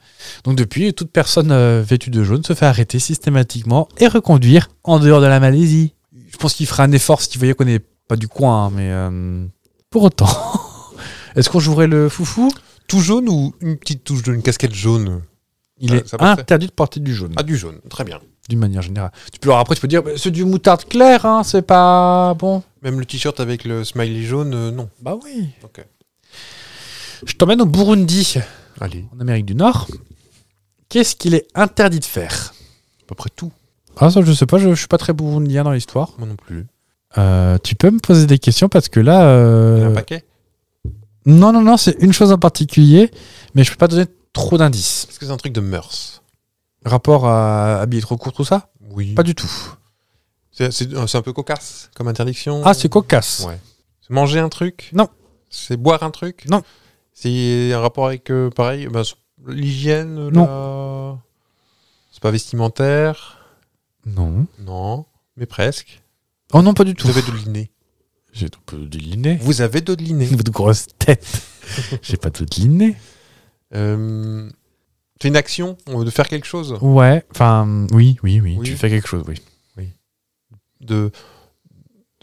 [SPEAKER 1] Donc depuis, toute personne euh, vêtue de jaune se fait arrêter systématiquement et reconduire en dehors de la Malaisie. Je pense qu'il fera un effort si tu voyais qu'on n'est pas du coin, hein, mais euh, pour autant. Est-ce qu'on jouerait le foufou
[SPEAKER 2] Tout jaune ou une petite touche d'une casquette jaune
[SPEAKER 1] Il
[SPEAKER 2] Ah,
[SPEAKER 1] est
[SPEAKER 2] ça peut se faire.
[SPEAKER 1] interdit de porter du jaune,
[SPEAKER 2] Ah, du jaune, très bien.
[SPEAKER 1] d'une manière générale. Tu peux, alors après, tu peux dire, Bah, c'est du moutarde claire, hein, c'est pas bon.
[SPEAKER 2] Même le t-shirt avec le smiley jaune, euh, non.
[SPEAKER 1] Bah oui.
[SPEAKER 2] Ok.
[SPEAKER 1] Je t'emmène au Burundi,
[SPEAKER 2] Allez,
[SPEAKER 1] en Amérique du Nord. Qu'est-ce qu'il est interdit de faire
[SPEAKER 2] à peu près tout.
[SPEAKER 1] Ah ça, je sais pas, je, je suis pas très burundien dans l'histoire.
[SPEAKER 2] Moi non plus.
[SPEAKER 1] Euh, tu peux me poser des questions parce que là... euh,
[SPEAKER 2] Il y en a Un paquet
[SPEAKER 1] non, non, non, c'est une chose en particulier, mais je peux pas donner trop d'indices.
[SPEAKER 2] Est-ce que c'est un truc de mœurs
[SPEAKER 1] Rapport à habiller trop court, tout ça
[SPEAKER 2] Oui.
[SPEAKER 1] Pas du tout.
[SPEAKER 2] C'est c'est- euh, c'est un peu cocasse comme interdiction
[SPEAKER 1] Ah, c'est cocasse.
[SPEAKER 2] Ouais. C'est manger un truc
[SPEAKER 1] Non.
[SPEAKER 2] C'est boire un truc
[SPEAKER 1] Non.
[SPEAKER 2] C'est un rapport avec, euh, pareil, ben, s- L'hygiène
[SPEAKER 1] Non.
[SPEAKER 2] la- C'est pas vestimentaire
[SPEAKER 1] Non.
[SPEAKER 2] Non, mais presque.
[SPEAKER 1] Oh non, pas du tout.
[SPEAKER 2] Vous avez de l'inné.
[SPEAKER 1] J'ai tout peu de l'inné.
[SPEAKER 2] Vous avez de l'inné.
[SPEAKER 1] Votre grosse tête. J'ai pas tout de l'inné.
[SPEAKER 2] Euh, C'est une action euh, de faire quelque chose
[SPEAKER 1] Ouais. Enfin, oui, oui, oui,
[SPEAKER 2] Oui.
[SPEAKER 1] Tu fais quelque chose, oui.
[SPEAKER 2] de...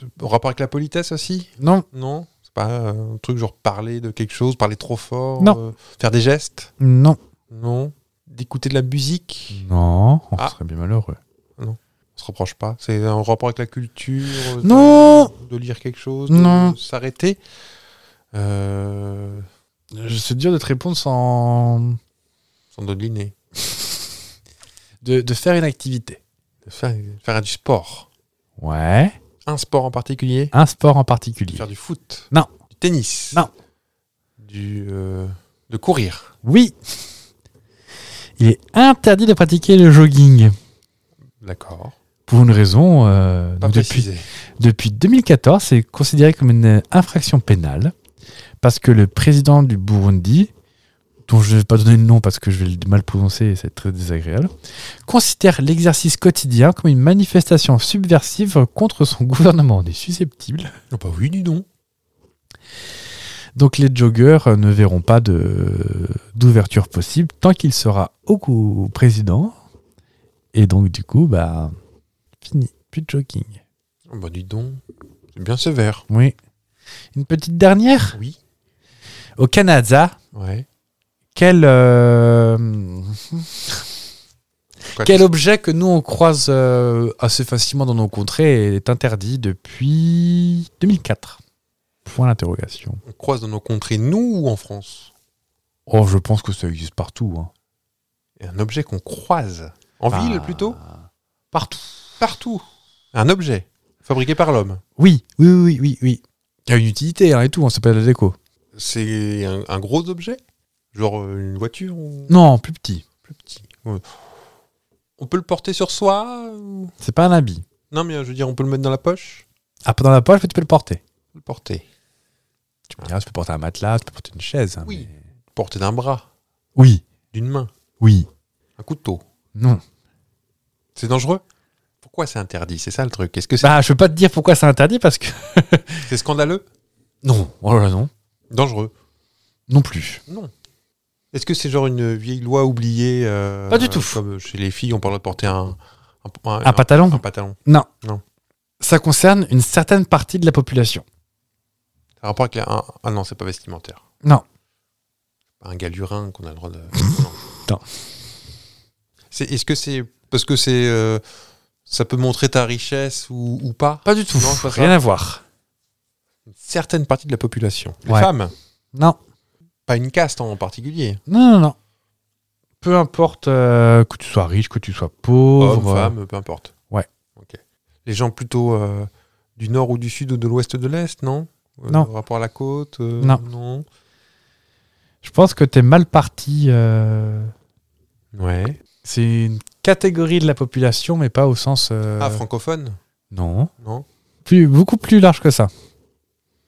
[SPEAKER 2] de- En rapport avec la politesse aussi
[SPEAKER 1] Non,
[SPEAKER 2] Non C'est pas euh, un truc genre parler de quelque chose, parler trop fort
[SPEAKER 1] Non.
[SPEAKER 2] euh, Faire des gestes
[SPEAKER 1] non.
[SPEAKER 2] Non D'écouter de la musique
[SPEAKER 1] Non, on
[SPEAKER 2] Ah.
[SPEAKER 1] serait bien malheureux.
[SPEAKER 2] On se reproche pas. C'est un rapport avec la culture. euh,
[SPEAKER 1] Non.
[SPEAKER 2] De lire quelque chose. de-
[SPEAKER 1] Non.
[SPEAKER 2] de S'arrêter. Euh,
[SPEAKER 1] Je sais dur de te répondre sans.
[SPEAKER 2] sans de l'inné.
[SPEAKER 1] De, de faire une activité.
[SPEAKER 2] De Faire, faire du sport.
[SPEAKER 1] Ouais.
[SPEAKER 2] Un sport en particulier.
[SPEAKER 1] Un sport en
[SPEAKER 2] De
[SPEAKER 1] particulier.
[SPEAKER 2] Faire du foot.
[SPEAKER 1] Non.
[SPEAKER 2] Du tennis.
[SPEAKER 1] Non.
[SPEAKER 2] Du, euh, de courir.
[SPEAKER 1] Oui. Il est interdit de pratiquer le jogging.
[SPEAKER 2] D'accord.
[SPEAKER 1] Pour une raison. euh,
[SPEAKER 2] Pas
[SPEAKER 1] donc depuis,
[SPEAKER 2] précisé.
[SPEAKER 1] depuis 2014, c'est considéré comme une infraction pénale parce que le président du Burundi, dont je ne vais pas donner le nom parce que je vais le mal prononcer et c'est très désagréable, considère l'exercice quotidien comme une manifestation subversive contre son gouvernement. On est susceptible.
[SPEAKER 2] Oh bah oui, dis donc.
[SPEAKER 1] Donc les joggeurs euh, ne verront pas de- d'ouverture possible tant qu'il sera au cou- président. Et donc du coup, bah, fini, plus de jogging.
[SPEAKER 2] Oh bah dis donc. C'est bien sévère.
[SPEAKER 1] Oui. Une petite dernière
[SPEAKER 2] Oui.
[SPEAKER 1] Au Canada,
[SPEAKER 2] Ouais.
[SPEAKER 1] quel, euh,
[SPEAKER 2] Quoi,
[SPEAKER 1] quel objet que nous on croise euh, assez facilement dans nos contrées est interdit depuis 2004 Point d'interrogation.
[SPEAKER 2] On croise dans nos contrées, nous ou en France
[SPEAKER 1] Oh, je pense que ça existe partout. hein.
[SPEAKER 2] Et Un objet qu'on croise. En
[SPEAKER 1] Enfin,
[SPEAKER 2] ville plutôt Partout. Partout. Un objet fabriqué par l'homme.
[SPEAKER 1] Oui, oui, oui, oui, oui. Il y a une utilité hein, et tout, on s'appelle la déco.
[SPEAKER 2] C'est un, un gros objet Genre euh, une voiture ou
[SPEAKER 1] Non, plus petit.
[SPEAKER 2] plus petit Ouais. On peut le porter sur soi ou-
[SPEAKER 1] C'est pas un habit.
[SPEAKER 2] Non, mais euh, je veux dire, on peut le mettre dans la poche
[SPEAKER 1] Ah, pas dans la poche, mais tu peux le porter.
[SPEAKER 2] Le porter.
[SPEAKER 1] Tu peux, dire, tu peux porter un matelas, tu peux porter une chaise. hein,
[SPEAKER 2] Oui.
[SPEAKER 1] mais-
[SPEAKER 2] Porter d'un bras,
[SPEAKER 1] Oui,
[SPEAKER 2] d'une main,
[SPEAKER 1] oui,
[SPEAKER 2] un couteau.
[SPEAKER 1] non.
[SPEAKER 2] C'est dangereux Pourquoi c'est interdit C'est ça le truc. Est-ce que c'est
[SPEAKER 1] Bah, je peux pas te dire pourquoi c'est interdit parce que. Bah.
[SPEAKER 2] c'est scandaleux
[SPEAKER 1] Non, oh là là, non.
[SPEAKER 2] Dangereux.
[SPEAKER 1] Non plus.
[SPEAKER 2] Est-ce que c'est genre une vieille loi oubliée euh,
[SPEAKER 1] Pas du tout.
[SPEAKER 2] Comme chez les filles, on parle de porter un, un, un-
[SPEAKER 1] Un pantalon
[SPEAKER 2] un pantalon.
[SPEAKER 1] Ça concerne une certaine partie de la population.
[SPEAKER 2] Ça a rapport avec la- un- Ah non, c'est pas vestimentaire.
[SPEAKER 1] Non.
[SPEAKER 2] Pas Un galurin qu'on a le droit de.
[SPEAKER 1] Non.
[SPEAKER 2] C'est- Est-ce que c'est parce que c'est euh, ça peut montrer ta richesse ou, ou pas
[SPEAKER 1] Pas du tout.
[SPEAKER 2] Non, c'est pas ça.
[SPEAKER 1] Rien à voir.
[SPEAKER 2] Une certaine partie de la population. Les
[SPEAKER 1] Ouais.
[SPEAKER 2] femmes,
[SPEAKER 1] Non,
[SPEAKER 2] pas une caste en particulier.
[SPEAKER 1] non, non, non. Peu importe euh, que tu sois riche, que tu sois pauvre. euh,
[SPEAKER 2] Hommes, femmes, peu importe.
[SPEAKER 1] Ouais.
[SPEAKER 2] Ok. Les gens plutôt euh, du nord ou du sud ou de l'ouest de l'est, non Euh,
[SPEAKER 1] Non.
[SPEAKER 2] Par Rapport à la côte euh,
[SPEAKER 1] Non. Je pense que t'es mal parti. euh,
[SPEAKER 2] Ouais.
[SPEAKER 1] C'est une catégorie de la population, mais pas au sens. euh,
[SPEAKER 2] Ah, francophone
[SPEAKER 1] Non.
[SPEAKER 2] Non.
[SPEAKER 1] Plus, beaucoup plus large que ça.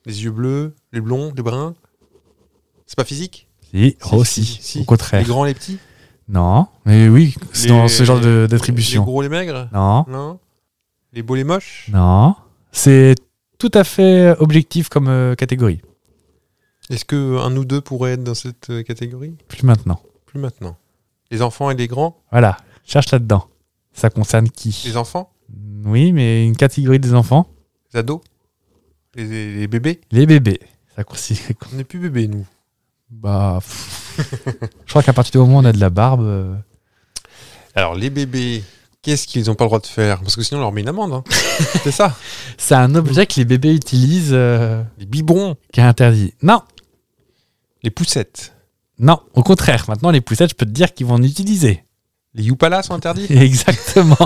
[SPEAKER 2] Les yeux bleus, les blonds, les bruns C'est pas physique
[SPEAKER 1] Si,
[SPEAKER 2] Si,
[SPEAKER 1] aussi.
[SPEAKER 2] si, si.
[SPEAKER 1] Au contraire.
[SPEAKER 2] Les grands, les petits
[SPEAKER 1] Non, mais oui, c'est
[SPEAKER 2] Les-
[SPEAKER 1] dans ce genre de-
[SPEAKER 2] Les
[SPEAKER 1] d'attribution.
[SPEAKER 2] gros, les maigres
[SPEAKER 1] Non,
[SPEAKER 2] Non. Les beaux, les moches
[SPEAKER 1] non. C'est tout à fait objectif comme euh, catégorie.
[SPEAKER 2] Est-ce que un ou deux pourraient être dans cette euh, catégorie
[SPEAKER 1] Plus maintenant.
[SPEAKER 2] Plus maintenant. Les enfants et les grands
[SPEAKER 1] Voilà, cherche là-dedans. Ça concerne qui
[SPEAKER 2] Les enfants
[SPEAKER 1] Oui, mais une catégorie des enfants
[SPEAKER 2] Les ados les, les- les bébés
[SPEAKER 1] Les bébés. Ça concerne.
[SPEAKER 2] On n'est plus bébés, nous.
[SPEAKER 1] Bah. pff. Je crois qu'à partir du moment où on a de la barbe. euh,
[SPEAKER 2] Alors, les bébés, qu'est-ce qu'ils n'ont pas le droit de faire Parce que sinon, on leur met une amende. hein. C'est ça
[SPEAKER 1] C'est un objet que les bébés utilisent euh,
[SPEAKER 2] Les biberons,
[SPEAKER 1] qui est interdit. Non,
[SPEAKER 2] les poussettes,
[SPEAKER 1] non, au contraire. Maintenant, les poussettes, je peux te dire qu'ils vont en utiliser.
[SPEAKER 2] les youpalas sont interdits
[SPEAKER 1] Exactement.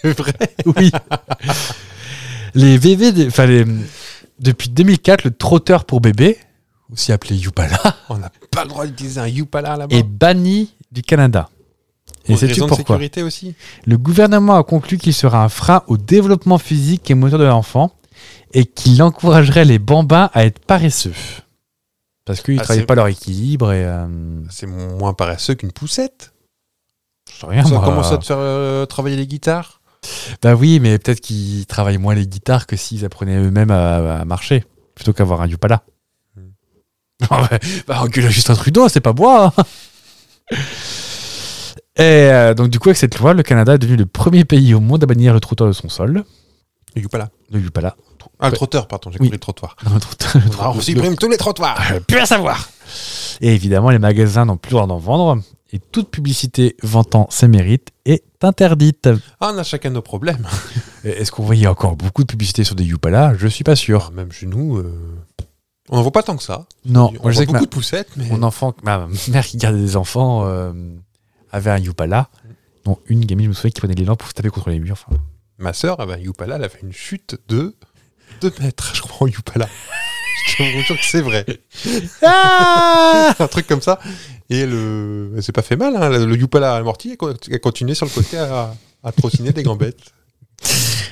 [SPEAKER 2] C'est vrai
[SPEAKER 1] Oui. les bébés, de- enfin, les- depuis 2004, le trotteur pour bébé, aussi appelé Yupala,
[SPEAKER 2] On n'a pas le droit d'utiliser un youpala là-bas.
[SPEAKER 1] est banni du Canada. Et
[SPEAKER 2] Pour des
[SPEAKER 1] sais-tu
[SPEAKER 2] raisons de
[SPEAKER 1] pourquoi
[SPEAKER 2] sécurité aussi
[SPEAKER 1] Le gouvernement a conclu qu'il sera un frein au développement physique et moteur de l'enfant et qu'il encouragerait les bambins à être paresseux. Parce qu'ils
[SPEAKER 2] Ah,
[SPEAKER 1] travaillaient
[SPEAKER 2] c'est-
[SPEAKER 1] pas leur équilibre et. euh,
[SPEAKER 2] C'est moins paresseux qu'une poussette.
[SPEAKER 1] je sais rien,
[SPEAKER 2] Ça
[SPEAKER 1] moi.
[SPEAKER 2] commence à te faire euh, travailler les guitares.
[SPEAKER 1] Bah oui, mais peut-être qu'ils travaillent moins les guitares que s'ils apprenaient eux-mêmes à, à marcher, plutôt qu'avoir un Yupala.
[SPEAKER 2] Hmm.
[SPEAKER 1] Non, mais- bah, recule Justin Trudeau, c'est pas moi hein. Et euh, donc, du coup, avec cette loi, le Canada est devenu le premier pays au monde à bannir le trottoir de son sol.
[SPEAKER 2] Le Yupala.
[SPEAKER 1] Le Yupala.
[SPEAKER 2] Ah, le
[SPEAKER 1] Ouais.
[SPEAKER 2] trotteur, pardon, j'ai
[SPEAKER 1] Oui.
[SPEAKER 2] compris le trottoir.
[SPEAKER 1] Non, le trottoir- le Ah,
[SPEAKER 2] Ah,
[SPEAKER 1] trottoir-
[SPEAKER 2] on supprime tous les trottoirs.
[SPEAKER 1] le- Plus à savoir Et évidemment, les magasins n'ont plus le droit d'en vendre. Et toute publicité vantant ses mérites est interdite.
[SPEAKER 2] Ah, on a chacun nos problèmes.
[SPEAKER 1] Et Est-ce qu'on voyait encore beaucoup de publicité sur des Yupala Je suis pas sûr.
[SPEAKER 2] Ah, Même chez nous, euh, on n'en voit pas tant que ça.
[SPEAKER 1] Non,
[SPEAKER 2] on
[SPEAKER 1] moi, je
[SPEAKER 2] voit
[SPEAKER 1] sais que
[SPEAKER 2] beaucoup
[SPEAKER 1] ma-
[SPEAKER 2] de poussettes, mais
[SPEAKER 1] Mon enfant, ma mère qui gardait des enfants euh, avait un Yupala, dont une gamine, je me souviens, qui prenait l'élan pour se taper contre les murs. Enfin,
[SPEAKER 2] ma sœur, avait un Yupala, elle a fait une chute de 2 mètres, je crois, en Yupala. je te vous jure que c'est vrai.
[SPEAKER 1] Ah!
[SPEAKER 2] un truc comme ça. Et le... elle s'est pas fait mal, hein. le le Yupala a amorti, elle co- elle continuait sur le côté à, à trottiner des gambettes.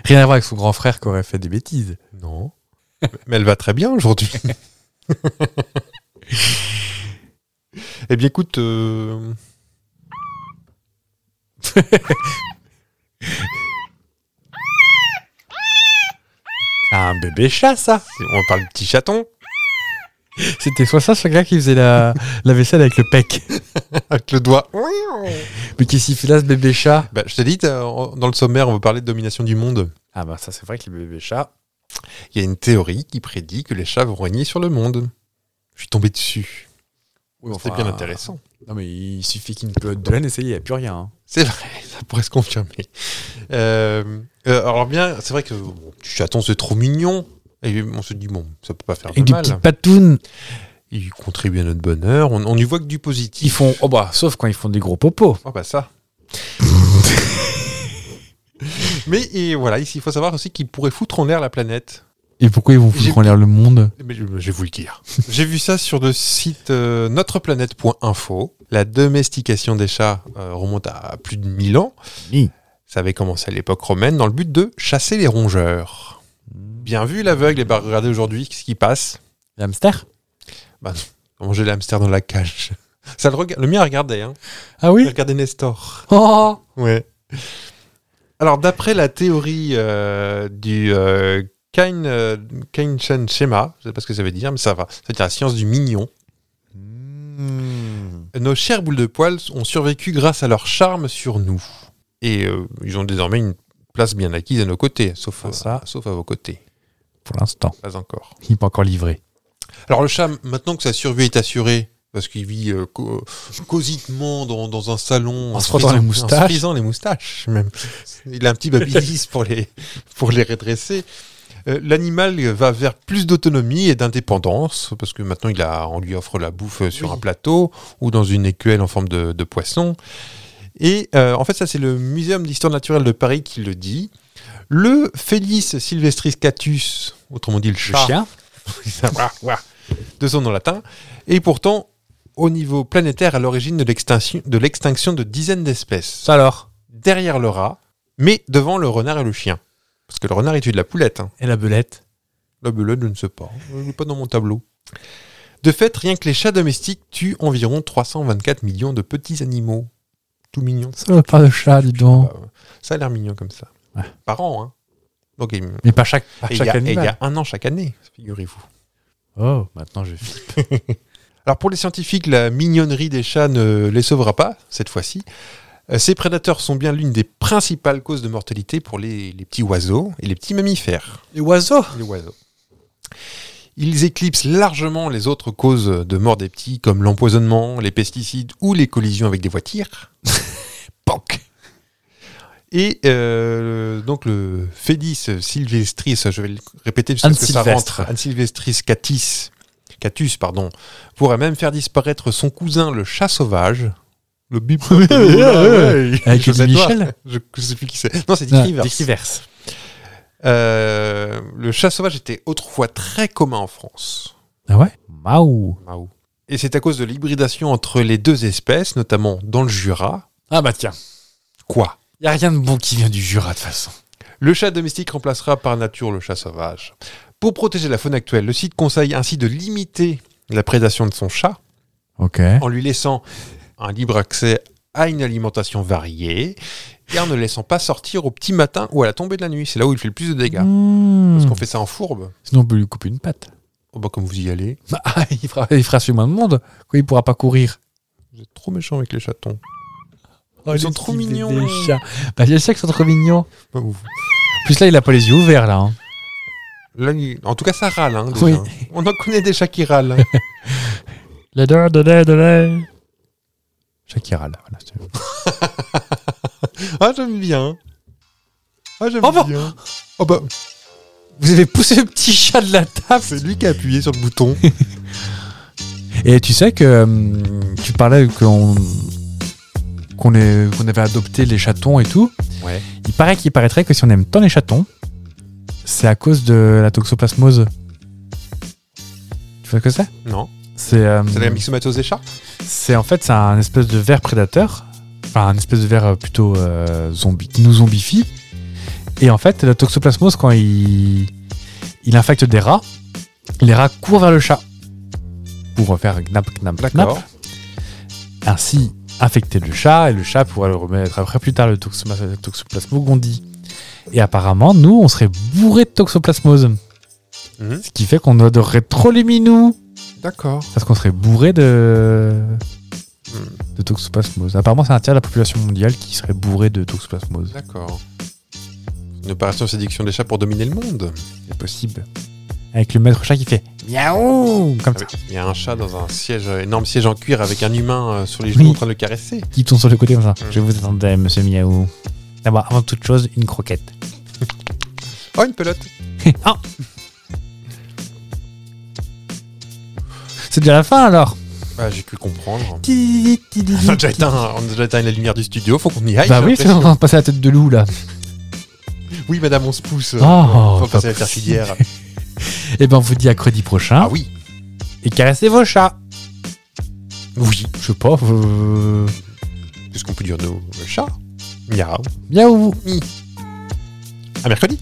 [SPEAKER 1] Rien à voir avec son grand frère qui aurait fait des bêtises.
[SPEAKER 2] Non. Mais elle va très bien aujourd'hui. eh bien, écoute. euh,
[SPEAKER 1] Ah, un bébé chat, ça
[SPEAKER 2] On parle de petit chaton.
[SPEAKER 1] C'était soit ça, soit le gars qui faisait la, la vaisselle avec le pec.
[SPEAKER 2] Avec le doigt.
[SPEAKER 1] Mais qu'est-ce qu'il fait là, ce bébé chat
[SPEAKER 2] Bah, je te dis, t'as- en- dans le sommaire, on va parler de domination du monde.
[SPEAKER 1] Ah bah ça, c'est vrai que les bébés chats...
[SPEAKER 2] Il y a une théorie qui prédit que les chats vont régner sur le monde. Je suis tombé dessus.
[SPEAKER 1] Oui,
[SPEAKER 2] C'était bien intéressant.
[SPEAKER 1] Non mais il suffit qu'il me de la essayer, il n'y a plus rien. hein.
[SPEAKER 2] C'est vrai, ça pourrait se confirmer. Euh, euh, alors bien, c'est vrai que bon, du chaton, c'est trop mignon. Et on se dit, bon, ça peut pas faire de
[SPEAKER 1] Avec des
[SPEAKER 2] mal.
[SPEAKER 1] petites patounes,
[SPEAKER 2] Ils contribuent à notre bonheur. On, on y voit que du positif.
[SPEAKER 1] ils font... Oh bah, sauf quand ils font des gros popos.
[SPEAKER 2] Ah bah ça. Mais et voilà, ici, il faut savoir aussi qu'ils pourraient foutre en l'air la planète.
[SPEAKER 1] Et pourquoi ils vont
[SPEAKER 2] J'ai-
[SPEAKER 1] foutre en l'air le monde
[SPEAKER 2] Mais je, je vais vous le dire. J'ai vu ça sur le site euh, notreplanète.info. La domestication des chats euh, remonte à plus de 1000 ans.
[SPEAKER 1] Oui.
[SPEAKER 2] Ça avait commencé à l'époque romaine dans le but de chasser les rongeurs. Bien vu l'aveugle, et bah regardez aujourd'hui ce qui passe.
[SPEAKER 1] Les hamsters
[SPEAKER 2] Manger l'hamster dans la cage. Ça le, rega- le mien regardait, hein.
[SPEAKER 1] Ah
[SPEAKER 2] Il
[SPEAKER 1] oui
[SPEAKER 2] regardait Nestor.
[SPEAKER 1] Oh
[SPEAKER 2] Ouais. Alors, d'après la théorie euh, du euh, Kain, euh, Kainchen Schema, je sais pas ce que ça veut dire, mais ça va. Ça veut dire la science du mignon.
[SPEAKER 1] Hmm.
[SPEAKER 2] Nos chères boules de poils ont survécu grâce à leur charme sur nous. Et euh, ils ont désormais une place bien acquise à nos côtés, sauf,
[SPEAKER 1] Ah,
[SPEAKER 2] à-
[SPEAKER 1] ça.
[SPEAKER 2] sauf à vos côtés.
[SPEAKER 1] Pour l'instant,
[SPEAKER 2] Pas encore.
[SPEAKER 1] il n'est pas encore livré.
[SPEAKER 2] Alors, le chat, maintenant que sa survie est assurée, parce qu'il vit euh, co- cositement dans, dans un salon.
[SPEAKER 1] En se frottant les
[SPEAKER 2] frisant- En
[SPEAKER 1] moustaches.
[SPEAKER 2] se frisant les moustaches, même. Il a un petit babyliss pour les, pour les redresser. Euh, L'animal va vers plus d'autonomie et d'indépendance, parce que maintenant il a, on lui offre la bouffe euh, sur un plateau ou dans une écuelle en forme de, de poisson. Et euh, en fait, ça, c'est le Muséum d'histoire naturelle de Paris qui le dit. Le Felis silvestris catus, autrement dit le
[SPEAKER 1] Le
[SPEAKER 2] chat,
[SPEAKER 1] chien
[SPEAKER 2] ça, ouah, ouah, de son nom latin, et pourtant au niveau planétaire à l'origine de l'extinction de, l'extinction de dizaines d'espèces.
[SPEAKER 1] Ça alors
[SPEAKER 2] Derrière le rat, mais devant le renard et le chien. Parce que le renard, il tue de la poulette. hein.
[SPEAKER 1] Et la belette
[SPEAKER 2] La belette, je ne sais pas. Je l'ai pas dans mon tableau. De fait, rien que les chats domestiques tuent environ 324 millions de petits animaux. Tout mignon.
[SPEAKER 1] Ça va pas le chat, dis donc.
[SPEAKER 2] Bah, ça a l'air mignon comme ça.
[SPEAKER 1] Ouais.
[SPEAKER 2] Par an, hein. Donc, il-
[SPEAKER 1] Mais pas chaque, pas
[SPEAKER 2] et il y
[SPEAKER 1] chaque
[SPEAKER 2] a- et il y
[SPEAKER 1] animal.
[SPEAKER 2] a un an chaque année, figurez-vous.
[SPEAKER 1] Oh, maintenant je file.
[SPEAKER 2] Alors pour les scientifiques, la mignonnerie des chats ne les sauvera pas, cette fois-ci. Euh, Ces prédateurs sont bien l'une des principales causes de mortalité pour les, les petits oiseaux et les petits mammifères.
[SPEAKER 1] Les oiseaux
[SPEAKER 2] Les oiseaux. Ils éclipsent largement les autres causes de mort des petits, comme l'empoisonnement, les pesticides ou les collisions avec des voitures. Pank Et euh, donc le Félis sylvestris, je vais le répéter jusqu'à ce que ça
[SPEAKER 1] Anne-Sylvestre.
[SPEAKER 2] rentre, Anne sylvestris catis, catus, pardon, pourrait même faire disparaître son cousin le chat sauvage. Le bip.
[SPEAKER 1] Avec
[SPEAKER 2] Je sais
[SPEAKER 1] Eddie
[SPEAKER 2] pas.
[SPEAKER 1] Michel Ah.
[SPEAKER 2] Je, je sais plus qui c'est. Non, c'est Dick Rivers.
[SPEAKER 1] Dicriverse.
[SPEAKER 2] Euh, le chat sauvage était autrefois très commun en France.
[SPEAKER 1] Ah ouais Maou
[SPEAKER 2] Et c'est à cause de l'hybridation entre les deux espèces, notamment dans le Jura.
[SPEAKER 1] Ah bah tiens,
[SPEAKER 2] Quoi
[SPEAKER 1] y a rien de bon qui vient du Jura de toute façon.
[SPEAKER 2] Le chat domestique remplacera par nature le chat sauvage. Pour protéger la faune actuelle, le site conseille ainsi de limiter la prédation de son chat
[SPEAKER 1] Ok.
[SPEAKER 2] en lui laissant un libre accès à une alimentation variée et en ne laissant pas sortir au petit matin ou à la tombée de la nuit. C'est là où il fait le plus de dégâts.
[SPEAKER 1] Mmh.
[SPEAKER 2] Parce qu'on fait ça en fourbe.
[SPEAKER 1] Sinon, on peut lui couper une patte.
[SPEAKER 2] Oh bah comme vous y allez,
[SPEAKER 1] Bah, il fera, il fera sur moins de monde. Quoi, il pourra pas courir.
[SPEAKER 2] vous êtes trop méchant avec les chatons.
[SPEAKER 1] Ils
[SPEAKER 2] sont trop mignons.
[SPEAKER 1] Les chats. Bah, les chats qui sont trop mignons.
[SPEAKER 2] Bah, vous-
[SPEAKER 1] En plus, là, il a pas les yeux ouverts, là. hein.
[SPEAKER 2] Là, il- en tout cas, ça râle. hein, déjà.
[SPEAKER 1] Oui.
[SPEAKER 2] On en connaît des chats qui râlent. hein.
[SPEAKER 1] Le deur, de l'air, de l'air. Chat qui râle. voilà, c'est-
[SPEAKER 2] ah, j'aime bien. Ah, j'aime
[SPEAKER 1] Oh bah.
[SPEAKER 2] bien. Oh bah,
[SPEAKER 1] Vous avez poussé le petit chat de la table.
[SPEAKER 2] c'est lui qui a appuyé sur le bouton.
[SPEAKER 1] Et tu sais que hum, tu parlais qu'on qu'on est- qu'on avait adopté les chatons et tout.
[SPEAKER 2] Ouais.
[SPEAKER 1] Il paraît qu'il paraîtrait que si on aime tant les chatons, c'est à cause de la toxoplasmose. Tu vois ce que c'est
[SPEAKER 2] Non,
[SPEAKER 1] C'est euh,
[SPEAKER 2] c'est la myxomatose des chats
[SPEAKER 1] c'est en fait c'est un espèce de ver prédateur, enfin un espèce de ver euh, plutôt euh, zombie qui nous zombifie. Et en fait, la toxoplasmose quand il il infecte des rats, les rats courent vers le chat pour faire gnap gnap gnap
[SPEAKER 2] D'accord.
[SPEAKER 1] ainsi infecter le chat et le chat pourra le remettre après plus tard le toxoplasme toxoplasmogondi. Et apparemment, nous, on serait bourré de toxoplasmose.
[SPEAKER 2] Mhm.
[SPEAKER 1] Ce qui fait qu'on adorerait trop les minous.
[SPEAKER 2] D'accord.
[SPEAKER 1] Parce qu'on serait bourré de...
[SPEAKER 2] Mhm.
[SPEAKER 1] de toxoplasmose. Apparemment, c'est un tiers de la population mondiale qui serait bourré de toxoplasmose.
[SPEAKER 2] D'accord. Une opération de séduction des chats pour dominer le monde.
[SPEAKER 1] C'est possible. Avec le maître chat qui fait miaou comme ça,
[SPEAKER 2] Avec- Il y a un chat dans un siège, euh, énorme siège en cuir avec un humain euh, sur les genoux
[SPEAKER 1] Oui.
[SPEAKER 2] en train de le caresser.
[SPEAKER 1] qui tourne sur le côté comme ça.
[SPEAKER 2] Mhm.
[SPEAKER 1] Je vous attendais, monsieur miaou. D'abord, avant toute chose, une croquette.
[SPEAKER 2] Oh, une pelote
[SPEAKER 1] C'est déjà la fin alors
[SPEAKER 2] Ah, J'ai pu comprendre. On a, déjà éteint, on a déjà éteint la lumière du studio, faut qu'on y aille.
[SPEAKER 1] Bah
[SPEAKER 2] j'ai
[SPEAKER 1] oui, c'est en train de passer la tête de loup là.
[SPEAKER 2] l'impression. Oui, madame, on se pousse. euh,
[SPEAKER 1] Oh,
[SPEAKER 2] faut
[SPEAKER 1] pas
[SPEAKER 2] passer à la tertiaire.
[SPEAKER 1] Et ben on vous dit à mercredi prochain.
[SPEAKER 2] Ah oui,
[SPEAKER 1] Et caressez vos chats. Oui, je sais pas. euh,
[SPEAKER 2] qu'est-ce qu'on peut dire nos chats Miaou.
[SPEAKER 1] Miaou.
[SPEAKER 2] À mercredi